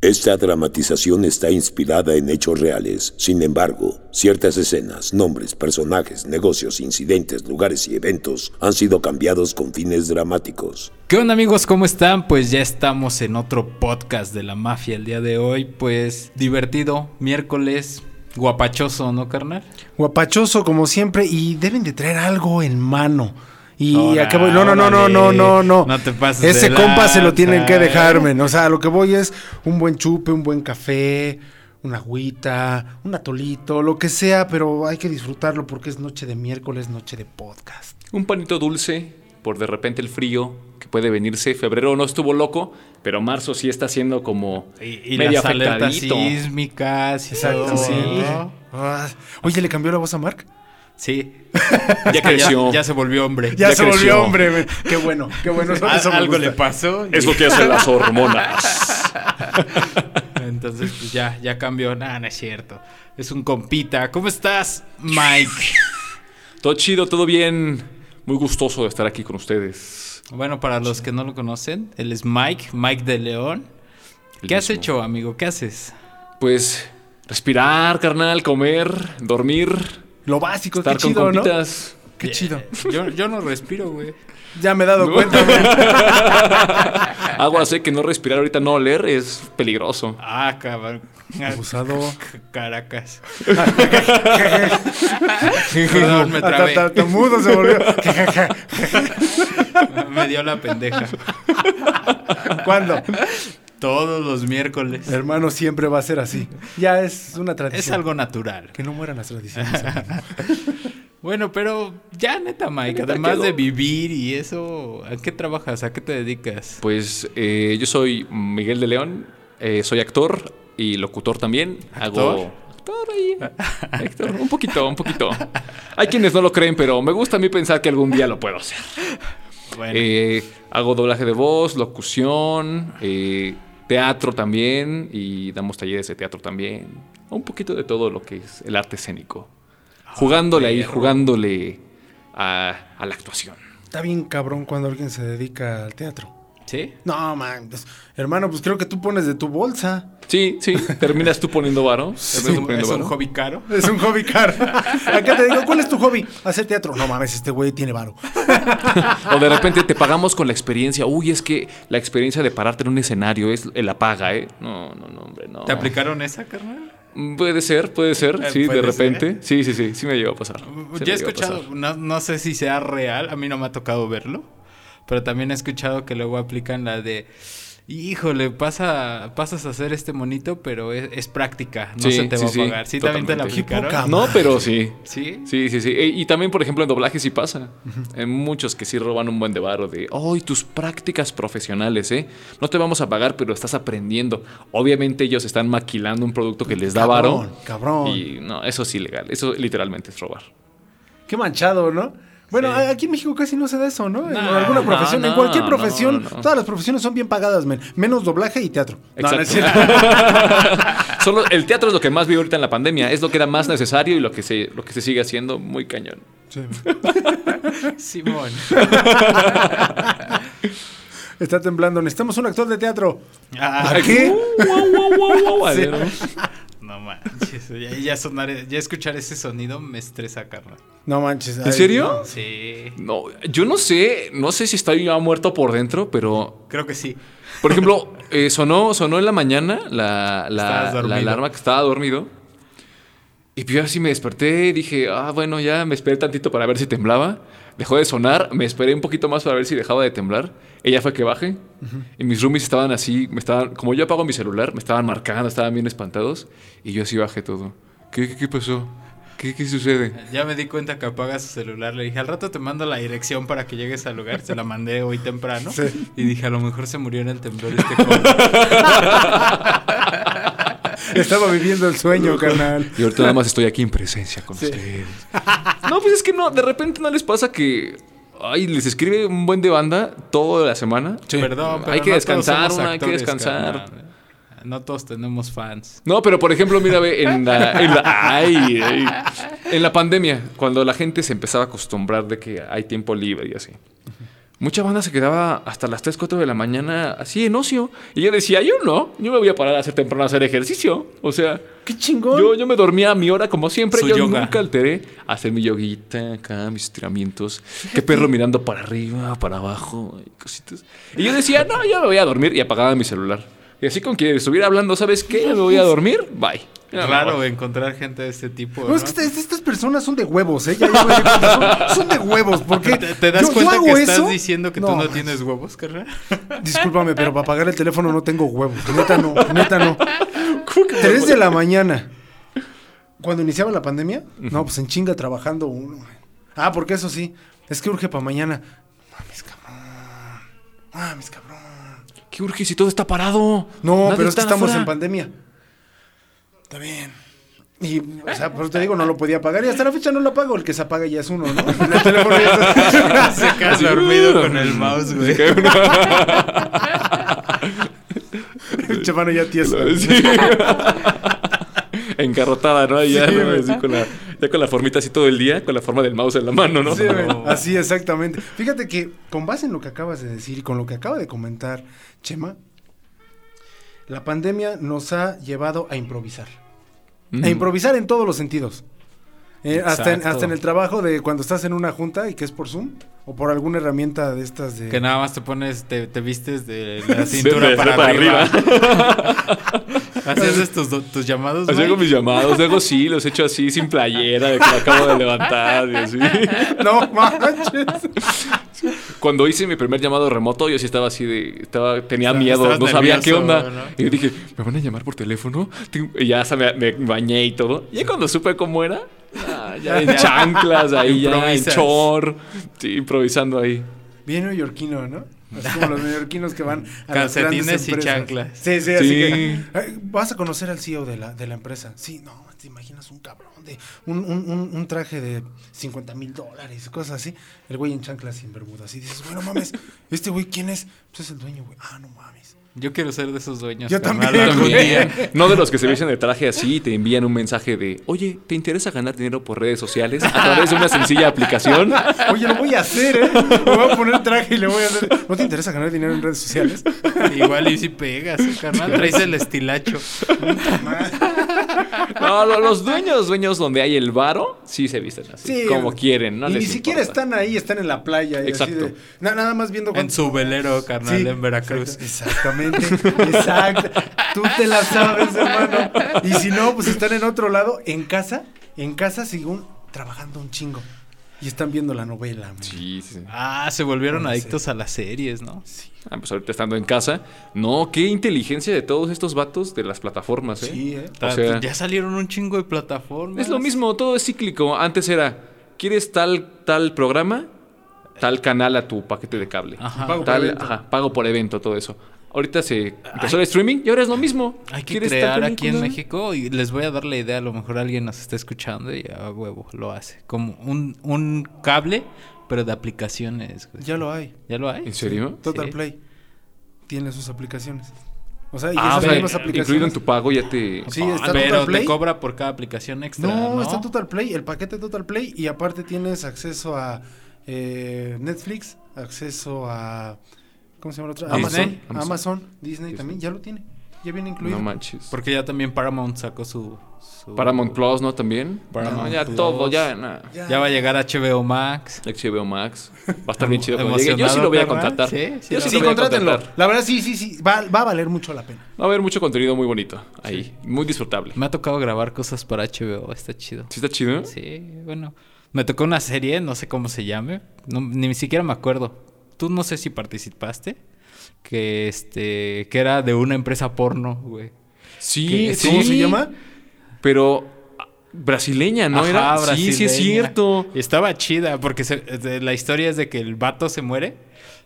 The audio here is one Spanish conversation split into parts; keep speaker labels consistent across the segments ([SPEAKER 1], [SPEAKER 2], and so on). [SPEAKER 1] Esta dramatización está inspirada en hechos reales. Sin embargo, ciertas escenas, nombres, personajes, negocios, incidentes, lugares y eventos han sido cambiados con fines dramáticos.
[SPEAKER 2] ¿Qué onda amigos? ¿Cómo están? Pues ya estamos en otro podcast de la mafia el día de hoy. Pues divertido, miércoles, guapachoso, ¿no, carnal?
[SPEAKER 3] Guapachoso como siempre y deben de traer algo en mano. Y
[SPEAKER 2] Ora,
[SPEAKER 3] acabo, no, no, no, no, no, no, no.
[SPEAKER 2] no te pases
[SPEAKER 3] Ese
[SPEAKER 2] de
[SPEAKER 3] compa se lo
[SPEAKER 2] lanza,
[SPEAKER 3] tienen que
[SPEAKER 2] eh.
[SPEAKER 3] dejarme. O sea, lo que voy es un buen chupe, un buen café, una agüita, un atolito, lo que sea, pero hay que disfrutarlo porque es noche de miércoles, noche de podcast.
[SPEAKER 4] Un panito dulce por de repente el frío que puede venirse. Febrero no estuvo loco, pero marzo sí está siendo como
[SPEAKER 2] Y, y
[SPEAKER 4] medio
[SPEAKER 2] las alertas
[SPEAKER 4] afectadito.
[SPEAKER 2] sísmicas y todo,
[SPEAKER 3] sí.
[SPEAKER 2] ¿no?
[SPEAKER 3] Ah, Oye, ¿le cambió la voz a Mark?
[SPEAKER 2] Sí.
[SPEAKER 4] Ya creció.
[SPEAKER 2] Ya, se volvió hombre.
[SPEAKER 3] Ya,
[SPEAKER 4] Ya
[SPEAKER 3] se
[SPEAKER 4] creció.
[SPEAKER 3] volvió hombre, güey. Qué bueno, qué bueno. eso-
[SPEAKER 2] Al-
[SPEAKER 3] eso me
[SPEAKER 2] algo
[SPEAKER 3] gusta.
[SPEAKER 2] le pasó. y-
[SPEAKER 4] Es lo que hacen las hormonas.
[SPEAKER 2] Entonces, pues ya, ya cambió. Nada, no es cierto. Es un compita. ¿Cómo estás, Mike?
[SPEAKER 4] Todo chido, todo bien. Muy gustoso de estar aquí con ustedes.
[SPEAKER 2] Bueno, para los que no lo conocen, él es Mike, Mike de León.
[SPEAKER 4] El
[SPEAKER 2] ¿Qué has
[SPEAKER 4] mismo.
[SPEAKER 2] hecho, amigo? ¿Qué haces?
[SPEAKER 4] Pues respirar, carnal, comer, dormir,
[SPEAKER 3] Lo básico,
[SPEAKER 4] estar
[SPEAKER 3] Pues qué chido,
[SPEAKER 4] con
[SPEAKER 3] ¿no?
[SPEAKER 4] compitas.
[SPEAKER 3] Qué chido.
[SPEAKER 2] Yo, yo no respiro, güey.
[SPEAKER 3] Ya me he dado cuenta.
[SPEAKER 4] Agua sé que no respirar ahorita, no oler es peligroso.
[SPEAKER 2] Ah, cabrón.
[SPEAKER 3] Abusado.
[SPEAKER 2] Caracas. Perdón, me
[SPEAKER 3] Hasta
[SPEAKER 2] trabé.
[SPEAKER 3] tartamudo se volvió.
[SPEAKER 2] Me dio la pendeja.
[SPEAKER 3] ¿Cuándo?
[SPEAKER 2] Todos los miércoles.
[SPEAKER 3] Hermano, siempre va a ser así. Ya es una tradición.
[SPEAKER 2] Es algo natural.
[SPEAKER 3] Que no mueran las tradiciones. amigo.
[SPEAKER 2] Bueno, pero ya neta, Mike,
[SPEAKER 4] neta,
[SPEAKER 2] además
[SPEAKER 4] quedó.
[SPEAKER 2] de vivir y eso, ¿a qué trabajas? ¿A qué te dedicas?
[SPEAKER 4] Pues eh, yo soy Miguel de León, eh, soy actor y locutor también. Hago actor ahí. Actor, un poquito, un poquito. Hay quienes no lo creen, pero me gusta a mí pensar que algún día lo puedo hacer.
[SPEAKER 2] Bueno,
[SPEAKER 4] Eh, hago doblaje de voz, locución, eh, teatro también y damos talleres de teatro también. Un poquito de todo lo que es el arte escénico.
[SPEAKER 2] Ah,
[SPEAKER 4] Jugándole ahí, jugándole a, a la actuación.
[SPEAKER 3] Está bien cabrón cuando alguien se dedica al teatro.
[SPEAKER 2] ¿sí?
[SPEAKER 3] No, man. pues, hermano, pues creo que tú pones de tu bolsa.
[SPEAKER 4] Sí, sí, terminas tú poniendo varo. terminas
[SPEAKER 2] Es
[SPEAKER 4] tú
[SPEAKER 2] un,
[SPEAKER 4] poniendo
[SPEAKER 2] es un
[SPEAKER 4] varo.
[SPEAKER 2] hobby caro.
[SPEAKER 3] Es un hobby caro. Acá te digo, ¿cuál es tu hobby? Hacer teatro. No mames, este güey tiene varo.
[SPEAKER 4] O de repente te pagamos con la experiencia. Uy, es que la experiencia de pararte en un escenario es la paga, ¿eh? No, no, no, hombre, no.
[SPEAKER 2] ¿Te aplicaron esa, carnal?
[SPEAKER 4] Mm, Puede ser, puede ser,
[SPEAKER 2] Eh,
[SPEAKER 4] sí,
[SPEAKER 2] puede
[SPEAKER 4] de
[SPEAKER 2] ser,
[SPEAKER 4] repente.
[SPEAKER 2] ¿eh?
[SPEAKER 4] Sí, sí, sí, sí me llegó a pasar. Sí
[SPEAKER 2] Yo he
[SPEAKER 4] me llegó a
[SPEAKER 2] escuchado,
[SPEAKER 4] pasar.
[SPEAKER 2] no, no sé si sea real, a mí no me ha tocado verlo, pero también he escuchado que luego aplican la de, híjole, pasa, pasas a hacer este monito, pero es, es práctica, no
[SPEAKER 4] Sí,
[SPEAKER 2] se te
[SPEAKER 4] sí,
[SPEAKER 2] va
[SPEAKER 4] sí,
[SPEAKER 2] a pagar. Sí, también te la
[SPEAKER 4] totalmente.
[SPEAKER 2] aplicaron.
[SPEAKER 3] Qué poca-
[SPEAKER 4] No, pero sí.
[SPEAKER 2] Sí.
[SPEAKER 4] Sí, sí, sí. E- Y también, por ejemplo, en doblaje sí pasa. En muchos que sí roban un buen de varo de, ¡ay, tus prácticas profesionales, eh! No te vamos a pagar, pero estás aprendiendo. Obviamente ellos están maquilando un producto que les da
[SPEAKER 3] Cabrón,
[SPEAKER 4] varo.
[SPEAKER 3] cabrón.
[SPEAKER 4] Y no, eso es ilegal. Eso literalmente es robar.
[SPEAKER 3] Qué manchado, ¿no? Bueno,
[SPEAKER 2] Sí.
[SPEAKER 3] a- aquí en México casi no se da eso, ¿no? En
[SPEAKER 2] No,
[SPEAKER 3] alguna
[SPEAKER 4] no,
[SPEAKER 3] profesión, en
[SPEAKER 4] no,
[SPEAKER 3] cualquier
[SPEAKER 4] no,
[SPEAKER 3] profesión,
[SPEAKER 4] no.
[SPEAKER 3] todas las profesiones son bien pagadas, men. Menos doblaje y teatro. No, no es
[SPEAKER 4] Exacto.
[SPEAKER 3] cierto.
[SPEAKER 4] Solo el teatro es lo que más vi ahorita en la pandemia, es lo que era más necesario y lo que se, lo que se sigue haciendo muy cañón.
[SPEAKER 3] Sí.
[SPEAKER 2] Simón.
[SPEAKER 3] Está temblando. Necesitamos un actor de teatro.
[SPEAKER 2] Ah,
[SPEAKER 3] ¿A qué?
[SPEAKER 4] Guau, guau, guau, guau, a ver,
[SPEAKER 2] no manches, ya, ya sonar, ya escuchar ese sonido me estresa, carnal.
[SPEAKER 3] No manches.
[SPEAKER 4] ¿En serio?
[SPEAKER 2] Sí,
[SPEAKER 4] No, yo no sé, no sé si estoy ya muerto por dentro, pero
[SPEAKER 2] creo que sí.
[SPEAKER 4] por ejemplo, eh, sonó, sonó en la mañana la, la-
[SPEAKER 2] Estabas
[SPEAKER 4] la
[SPEAKER 2] dormido.
[SPEAKER 4] alarma que estaba dormido. Y yo así me desperté, dije, ah, bueno, ya me esperé tantito para ver si temblaba. Dejó de sonar, me esperé un poquito más para ver si dejaba de temblar. Ella fue que baje. Y mis roomies estaban así, me estaban, como yo apago mi celular, me estaban marcando, estaban bien espantados. Y yo así bajé todo. ¿Qué, qué, qué pasó? ¿Qué, ¿Qué sucede?
[SPEAKER 2] Ya me di cuenta que apaga su celular. Le dije, al rato te mando la dirección para que llegues al lugar. Se la mandé hoy temprano. Y dije, a lo mejor se murió en el temblor este joven.
[SPEAKER 3] Estaba viviendo el sueño, carnal.
[SPEAKER 4] Y ahorita nada más estoy aquí en presencia con ustedes. No, pues es que no, de repente no les pasa que. Ay, les escribe un buen de banda toda la semana.
[SPEAKER 2] Perdón, pero
[SPEAKER 4] Hay que
[SPEAKER 2] no
[SPEAKER 4] descansar,
[SPEAKER 2] todos somos
[SPEAKER 4] una, hay que
[SPEAKER 2] actores,
[SPEAKER 4] descansar.
[SPEAKER 2] carnal. No todos tenemos fans.
[SPEAKER 4] No, pero por ejemplo, mira, ve, en la, en la- ay, ay. en la pandemia, cuando la gente se empezaba a acostumbrar de que hay tiempo libre y así. Mucha banda se quedaba hasta las 3, 4 de la mañana así en ocio. Y yo decía, yo no, yo me voy a parar a hacer temprano a hacer ejercicio. O sea,
[SPEAKER 3] ¡Qué chingón!
[SPEAKER 4] yo, yo me dormía a mi hora como siempre.
[SPEAKER 2] Su
[SPEAKER 4] yo
[SPEAKER 2] yoga.
[SPEAKER 4] nunca alteré a hacer mi yoguita acá, mis estiramientos. Qué perro mirando para arriba, para abajo, y cositas. Y yo decía, no, yo me voy a dormir y apagaba mi celular. Y así con que estuviera hablando, ¿sabes qué? Me voy a dormir, bye. Ya me
[SPEAKER 2] Raro
[SPEAKER 4] voy.
[SPEAKER 2] encontrar gente de este tipo.
[SPEAKER 3] No,
[SPEAKER 2] ¿no?
[SPEAKER 3] es que estas, estas personas son de huevos, ¿eh? Ya, ya me di cuenta, son, son de huevos, porque
[SPEAKER 2] ¿Te, te das
[SPEAKER 3] yo- yo
[SPEAKER 2] cuenta
[SPEAKER 3] hago
[SPEAKER 2] que estás
[SPEAKER 3] eso-
[SPEAKER 2] diciendo que tú no tienes huevos, carnal?
[SPEAKER 3] Discúlpame, pero para apagar el teléfono no tengo huevos. Neta no, neta no. Tres de la mañana. Cuando iniciaba la pandemia, no, pues en chinga trabajando uno. güey. Ah, porque eso sí, es que urge para mañana. Mames, cabrón. Mames, cabrón.
[SPEAKER 4] ¿Qué urge si todo está parado?
[SPEAKER 3] No,
[SPEAKER 4] Nadie
[SPEAKER 3] pero es que
[SPEAKER 4] está
[SPEAKER 3] estamos
[SPEAKER 4] afuera.
[SPEAKER 3] en pandemia. Está bien. Y, o sea, por eso te digo, no lo podía pagar y hasta la fecha no lo pago. El que se apaga ya es uno, ¿no? El teléfono ya
[SPEAKER 4] Ah,
[SPEAKER 3] está-
[SPEAKER 2] Se quedas
[SPEAKER 4] Así,
[SPEAKER 2] dormido
[SPEAKER 4] uh,
[SPEAKER 2] con el mouse, güey.
[SPEAKER 3] Pinche mano ya tieso.
[SPEAKER 4] Sí. Encarrotada, ¿no? Ya,
[SPEAKER 3] Sí,
[SPEAKER 4] ¿no?
[SPEAKER 3] güey.
[SPEAKER 4] Así con la, ya con la formita así todo el día, con la forma del mouse en la mano, ¿no?
[SPEAKER 3] Sí, güey,
[SPEAKER 2] No.
[SPEAKER 3] Así, exactamente. Fíjate que con base en lo que acabas de decir y con lo que acaba de comentar Chema, la pandemia nos ha llevado a improvisar.
[SPEAKER 4] Mm.
[SPEAKER 3] A improvisar en todos los sentidos. Eh, hasta, en,
[SPEAKER 2] Exacto.
[SPEAKER 3] hasta en el trabajo de cuando estás en una junta y que es por Zoom o por alguna herramienta de estas de...
[SPEAKER 2] Que nada más te pones, te, te vistes de la
[SPEAKER 4] Sí,
[SPEAKER 2] cintura
[SPEAKER 4] de-
[SPEAKER 2] para,
[SPEAKER 4] para
[SPEAKER 2] arriba.
[SPEAKER 4] arriba.
[SPEAKER 2] Haces tus, do- tus llamados,
[SPEAKER 4] Así
[SPEAKER 2] güey.
[SPEAKER 4] hago mis llamados, luego sí, los echo así sin playera, de que me acabo de levantar y así.
[SPEAKER 3] No manches.
[SPEAKER 4] Cuando hice mi primer llamado remoto, yo sí estaba así de. Estaba, tenía
[SPEAKER 2] Estabas
[SPEAKER 4] miedo, no sabía qué
[SPEAKER 2] nervioso,
[SPEAKER 4] onda.
[SPEAKER 2] ¿no?
[SPEAKER 4] Y yo dije, ¿me van a llamar por teléfono? Tengo- Y ya hasta me, me bañé y todo. Y ya cuando supe cómo era, ah, ya en chanclas, ahí ya en
[SPEAKER 2] Improvisas.
[SPEAKER 4] chor, sí, improvisando ahí.
[SPEAKER 3] Bien neoyorquino, ¿no? Así como los neoyorquinos que van a las
[SPEAKER 2] Calcetines
[SPEAKER 3] grandes
[SPEAKER 2] y
[SPEAKER 3] empresas.
[SPEAKER 2] chanclas.
[SPEAKER 3] Sí, sí, así
[SPEAKER 4] Sí.
[SPEAKER 3] que ay, vas a conocer al CEO de la, de la empresa. Sí, no, te imaginas un cabrón de un, un- un- un traje de 50 mil dólares, cosas así. El güey en chanclas sin bermudas. Y dices, bueno, mames, ¿este güey quién es? Pues es el dueño, güey. Ah, no mames.
[SPEAKER 2] Yo quiero ser de esos dueños.
[SPEAKER 3] Yo
[SPEAKER 2] carnal,
[SPEAKER 3] también,
[SPEAKER 2] algún
[SPEAKER 3] güey.
[SPEAKER 2] día.
[SPEAKER 4] No de los que se visten de traje así y te envían un mensaje de, oye, ¿te interesa ganar dinero por redes sociales a través de una sencilla aplicación?
[SPEAKER 3] Oye, lo voy a hacer, ¿eh? Me voy a poner traje y le voy a hacer. ¿No te interesa ganar dinero en redes sociales?
[SPEAKER 2] Igual y si pegas, eh, carnal. Traes el estilacho.
[SPEAKER 4] No, lo- los dueños, dueños donde hay el varo, sí se visten así, como
[SPEAKER 3] güey.
[SPEAKER 4] quieren. No
[SPEAKER 3] y
[SPEAKER 4] les
[SPEAKER 3] ni siquiera
[SPEAKER 4] importa.
[SPEAKER 3] están ahí, están en la playa. Y así
[SPEAKER 4] Exacto.
[SPEAKER 3] de- na- nada más viendo
[SPEAKER 2] En
[SPEAKER 3] cuántos-
[SPEAKER 2] su velero, carnal,
[SPEAKER 3] Sí,
[SPEAKER 2] en Veracruz.
[SPEAKER 3] exacta- exactamente, exacto. Tú te la sabes, hermano. Y si no, pues están en otro lado, en casa, en casa según trabajando un chingo. Y están viendo la novela. man.
[SPEAKER 4] Sí, sí. sí.
[SPEAKER 2] Ah, se volvieron adictos a las series, ¿no?
[SPEAKER 4] Ah, pues ahorita estando en casa. No, qué inteligencia de todos estos vatos de las plataformas, ¿eh?
[SPEAKER 3] Sí, ¿eh?
[SPEAKER 4] O sea-
[SPEAKER 2] ya salieron un chingo de plataformas.
[SPEAKER 4] Es lo mismo, todo es cíclico. Antes era, ¿quieres tal, tal programa? Tal canal a tu paquete de cable.
[SPEAKER 2] Ajá.
[SPEAKER 3] Pago por
[SPEAKER 4] Tal-
[SPEAKER 3] evento.
[SPEAKER 4] ajá, pago por evento, todo eso. Ahorita se empezó el streaming y ahora es lo mismo.
[SPEAKER 2] Hay que
[SPEAKER 4] ¿Quieres tal
[SPEAKER 2] crear aquí en
[SPEAKER 4] película?
[SPEAKER 2] México y les voy a dar la idea. A lo mejor alguien nos está escuchando y a huevo lo hace. Como un, un cable, pero de aplicaciones. güey.
[SPEAKER 3] Ya lo hay.
[SPEAKER 2] ¿Ya lo hay?
[SPEAKER 4] ¿En serio?
[SPEAKER 3] Total
[SPEAKER 2] Sí.
[SPEAKER 3] Play tiene sus aplicaciones. O sea, y
[SPEAKER 4] Ah, o
[SPEAKER 3] esas
[SPEAKER 4] sea,
[SPEAKER 3] mismas aplicaciones.
[SPEAKER 4] incluido en tu pago ya te...
[SPEAKER 3] Sí,
[SPEAKER 2] Ah,
[SPEAKER 3] está
[SPEAKER 2] pero
[SPEAKER 3] Total
[SPEAKER 2] te
[SPEAKER 3] Play.
[SPEAKER 2] cobra por cada aplicación extra. No,
[SPEAKER 3] No, está Total Play, el paquete Total Play y aparte tienes acceso a eh, Netflix, acceso a ¿cómo se llama la otra?
[SPEAKER 2] Disney.
[SPEAKER 3] Amazon, Amazon, Disney, también ya
[SPEAKER 4] Disney.
[SPEAKER 3] lo tiene. Ya viene incluido.
[SPEAKER 4] No manches.
[SPEAKER 2] Porque ya también Paramount sacó su. su-
[SPEAKER 4] Paramount Plus, ¿no? También.
[SPEAKER 2] Paramount
[SPEAKER 4] No, ya
[SPEAKER 2] Plus.
[SPEAKER 4] todo, ya nada.
[SPEAKER 3] Ya.
[SPEAKER 2] Ya va a llegar HBO Max.
[SPEAKER 4] HBO Max. Va a estar bien chido cuando llegue.
[SPEAKER 2] Emocionado,
[SPEAKER 4] Yo sí lo voy a
[SPEAKER 2] carnal.
[SPEAKER 4] contratar.
[SPEAKER 2] Sí, sí,
[SPEAKER 4] Yo
[SPEAKER 2] lo-
[SPEAKER 4] sí,
[SPEAKER 2] sí,
[SPEAKER 4] lo voy a contratar.
[SPEAKER 3] La verdad sí, sí, sí, va, va a valer mucho la pena.
[SPEAKER 4] Va a haber mucho contenido muy bonito ahí. Muy disfrutable.
[SPEAKER 2] Me ha tocado grabar cosas para HBO. Está chido.
[SPEAKER 4] ¿Sí está chido?
[SPEAKER 2] Sí, bueno. Me tocó una serie, no sé cómo se llame. no- ni siquiera me acuerdo. Tú no sé si participaste. Que este. Que era de una empresa porno, güey.
[SPEAKER 4] Sí,
[SPEAKER 2] ¿Qué?
[SPEAKER 4] sí.
[SPEAKER 3] ¿Cómo se llama?
[SPEAKER 4] Pero ah, brasileña, ¿no?
[SPEAKER 2] Ajá,
[SPEAKER 4] era. Sí,
[SPEAKER 2] brasileña.
[SPEAKER 4] sí es cierto.
[SPEAKER 2] Y estaba chida, porque se- de- la historia es de que el vato se muere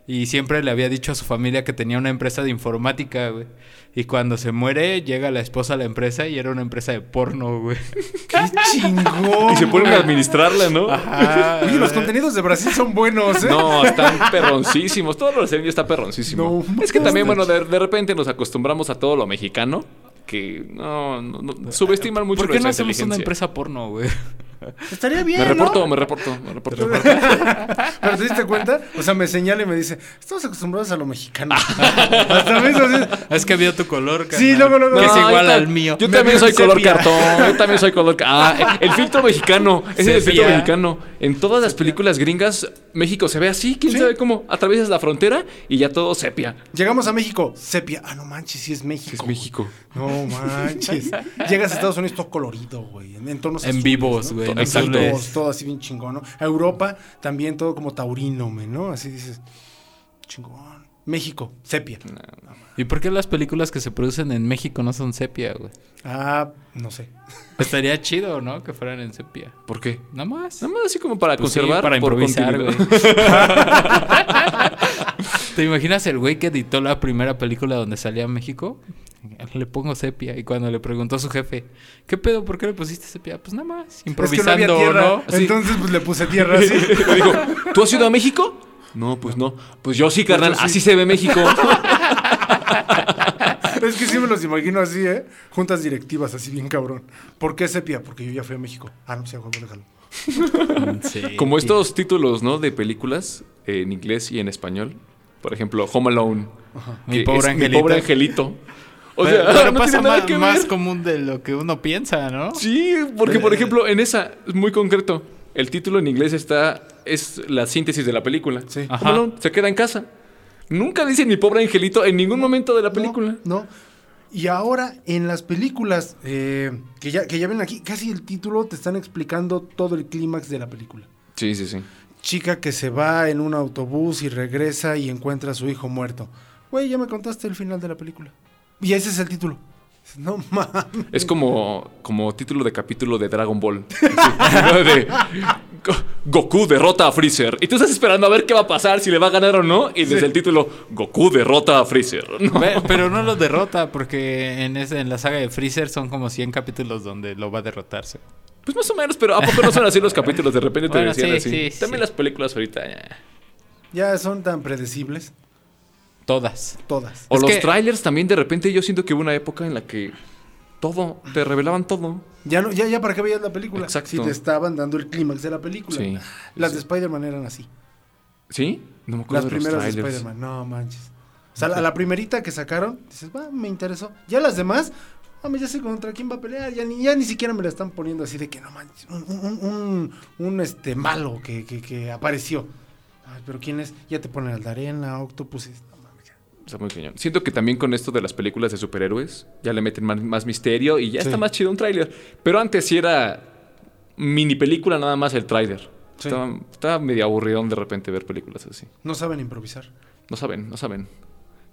[SPEAKER 2] y siempre le había dicho a su familia que tenía una empresa de informática, güey. Y cuando se muere, llega la esposa a la empresa y era una empresa de porno, güey.
[SPEAKER 3] ¡Qué chingón!
[SPEAKER 4] Y se ponen a administrarla, ¿no?
[SPEAKER 2] Ajá.
[SPEAKER 3] Oye, los contenidos de Brasil son buenos, ¿eh?
[SPEAKER 4] No, están perroncísimos. Todo lo brasileño está perroncísimo.
[SPEAKER 3] No,
[SPEAKER 4] es que también,
[SPEAKER 3] no.
[SPEAKER 4] bueno, de, de repente nos acostumbramos a todo lo mexicano. Que no, no, no, subestiman mucho
[SPEAKER 2] ¿Por qué no
[SPEAKER 4] nuestra
[SPEAKER 2] hacemos una
[SPEAKER 4] inteligencia.
[SPEAKER 2] empresa porno, güey?
[SPEAKER 3] Estaría bien.
[SPEAKER 4] Me
[SPEAKER 3] ¿no?
[SPEAKER 4] reporto, me reporto, me reporto.
[SPEAKER 3] Pero te diste cuenta, o sea, me señala y me dice, estamos acostumbrados a lo mexicano. Hasta me hizo así.
[SPEAKER 2] Es que vio tu color, carnal,
[SPEAKER 3] Sí, luego, luego.
[SPEAKER 2] Que es
[SPEAKER 3] No,
[SPEAKER 2] igual
[SPEAKER 4] ahí está.
[SPEAKER 2] al mío.
[SPEAKER 4] Yo
[SPEAKER 3] Me
[SPEAKER 4] también
[SPEAKER 3] vio
[SPEAKER 4] soy
[SPEAKER 3] en
[SPEAKER 4] color
[SPEAKER 3] sepia.
[SPEAKER 4] cartón. Yo también soy color. ca- Ah, el filtro mexicano. Ese es el filtro
[SPEAKER 2] Sepia.
[SPEAKER 4] mexicano. En todas las películas gringas, México se ve así. Quién
[SPEAKER 3] Sí.
[SPEAKER 4] sabe cómo. Atraviesas la frontera y ya todo sepia.
[SPEAKER 3] Llegamos a México, sepia. Ah, no manches, sí es México.
[SPEAKER 4] Es México.
[SPEAKER 3] No manches. Llegas a Estados Unidos todo colorido, güey. En, en tonos
[SPEAKER 2] En
[SPEAKER 3] azules,
[SPEAKER 2] vivos,
[SPEAKER 3] ¿no?
[SPEAKER 2] güey, en
[SPEAKER 3] Exacto.
[SPEAKER 2] azules.
[SPEAKER 3] Todo así bien chingón, ¿no? A Europa también todo como taurino, men, ¿no? Así dices, chingón. México, sepia.
[SPEAKER 2] ¿Y por qué las películas que se producen en México no son sepia, güey?
[SPEAKER 3] Ah, no sé.
[SPEAKER 2] Estaría chido, ¿no? Que fueran en sepia.
[SPEAKER 4] ¿Por qué?
[SPEAKER 2] Nada más.
[SPEAKER 4] Nada más así como para
[SPEAKER 2] Pues sí,
[SPEAKER 4] conservar.
[SPEAKER 2] para
[SPEAKER 4] por
[SPEAKER 2] improvisar, güey.
[SPEAKER 4] continuidad.
[SPEAKER 2] ¿Te imaginas el güey que editó la primera película donde salía México? Le pongo sepia. Y cuando le preguntó a su jefe, ¿qué pedo? ¿Por qué le pusiste sepia? Pues nada más, improvisando,
[SPEAKER 3] es que no había tierra,
[SPEAKER 2] ¿no?
[SPEAKER 4] Sí.
[SPEAKER 3] entonces pues le puse tierra así.
[SPEAKER 4] Le digo, ¿tú has ido a México? No, pues no. Pues yo sí, carnal.
[SPEAKER 3] yo sí.
[SPEAKER 4] Así se ve México.
[SPEAKER 3] es que sí me los imagino así, ¿eh? Juntas directivas, así bien cabrón. ¿Por qué sepia? Porque yo ya fui a México. Ah, no, sí, a huevo, déjalo.
[SPEAKER 2] Sí.
[SPEAKER 4] Como estos títulos, ¿no? De películas eh, en inglés y en español. Por ejemplo, Home Alone.
[SPEAKER 2] Mi
[SPEAKER 4] que
[SPEAKER 2] pobre
[SPEAKER 4] es
[SPEAKER 2] angelito.
[SPEAKER 4] Mi pobre angelito. O
[SPEAKER 2] Pero-
[SPEAKER 4] sea,
[SPEAKER 2] pero
[SPEAKER 4] no
[SPEAKER 2] pasa
[SPEAKER 4] tiene nada
[SPEAKER 2] ma-
[SPEAKER 4] que ver.
[SPEAKER 2] más común de lo que uno piensa, ¿no?
[SPEAKER 4] Sí, porque por ejemplo, en esa es muy concreto. El título en inglés está es la síntesis de la película.
[SPEAKER 3] Sí.
[SPEAKER 4] Home
[SPEAKER 2] Ajá.
[SPEAKER 4] Alone, se queda en casa. Nunca dice mi pobre angelito en ningún momento de la
[SPEAKER 3] No,
[SPEAKER 4] película.
[SPEAKER 3] No. Y ahora en las películas eh, que, ya, que ya ven aquí, casi el título te están explicando todo el clímax de la película.
[SPEAKER 4] Sí, sí, sí.
[SPEAKER 3] Chica que se va en un autobús y regresa y encuentra a su hijo muerto. Güey, ya me contaste el final de la película. Y ese es el título. No mames.
[SPEAKER 4] Es como, como título de capítulo de Dragon Ball. Sí. De, "Go- Goku derrota a Freezer. Y tú estás esperando a ver qué va a pasar, si le va a ganar o no. Y desde el título, Goku derrota a Freezer. No.
[SPEAKER 2] Pe- Pero no lo derrota, porque en, ese- en la saga de Freezer son como 100 capítulos donde lo va a derrotarse.
[SPEAKER 4] Pues más o menos, pero ¿a poco no son así los capítulos? De repente te
[SPEAKER 2] Bueno,
[SPEAKER 4] decían
[SPEAKER 2] sí,
[SPEAKER 4] así.
[SPEAKER 2] sí,
[SPEAKER 4] También
[SPEAKER 2] sí.
[SPEAKER 4] las películas ahorita. eh.
[SPEAKER 3] Ya son tan predecibles,
[SPEAKER 2] Todas.
[SPEAKER 3] todas.
[SPEAKER 4] O
[SPEAKER 2] Es
[SPEAKER 4] los
[SPEAKER 2] que-
[SPEAKER 4] trailers también, de repente yo siento que hubo una época en la que todo, te revelaban todo.
[SPEAKER 3] Ya no, ya, ya para qué veías la película.
[SPEAKER 4] Exacto.
[SPEAKER 3] Si te estaban dando el clímax de la película.
[SPEAKER 4] Sí,
[SPEAKER 3] Las
[SPEAKER 4] sí.
[SPEAKER 3] de Spider-Man eran así.
[SPEAKER 4] ¿Sí? No me acuerdo
[SPEAKER 3] Las
[SPEAKER 4] de los
[SPEAKER 3] primeras de
[SPEAKER 4] trailers.
[SPEAKER 3] Spider-Man, no manches. O sea, la, la primerita que sacaron, dices, va, me interesó. Ya las demás, mami, ya sé contra quién va a pelear. Ya ni, ya ni siquiera me la están poniendo así de que no manches. Un, un, un- un, este malo que, que, que apareció. Ay, pero quién es, ya te ponen al Darena, Octopus. es- no mames, ya.
[SPEAKER 4] Está muy cañón. Siento que también con esto de las películas de superhéroes ya le meten más, más misterio y ya está más chido un tráiler. Pero antes sí era mini película nada más el tráiler.
[SPEAKER 3] Sí.
[SPEAKER 4] Estaba, estaba medio aburridón de repente ver películas así.
[SPEAKER 3] No saben improvisar.
[SPEAKER 4] No saben, no saben.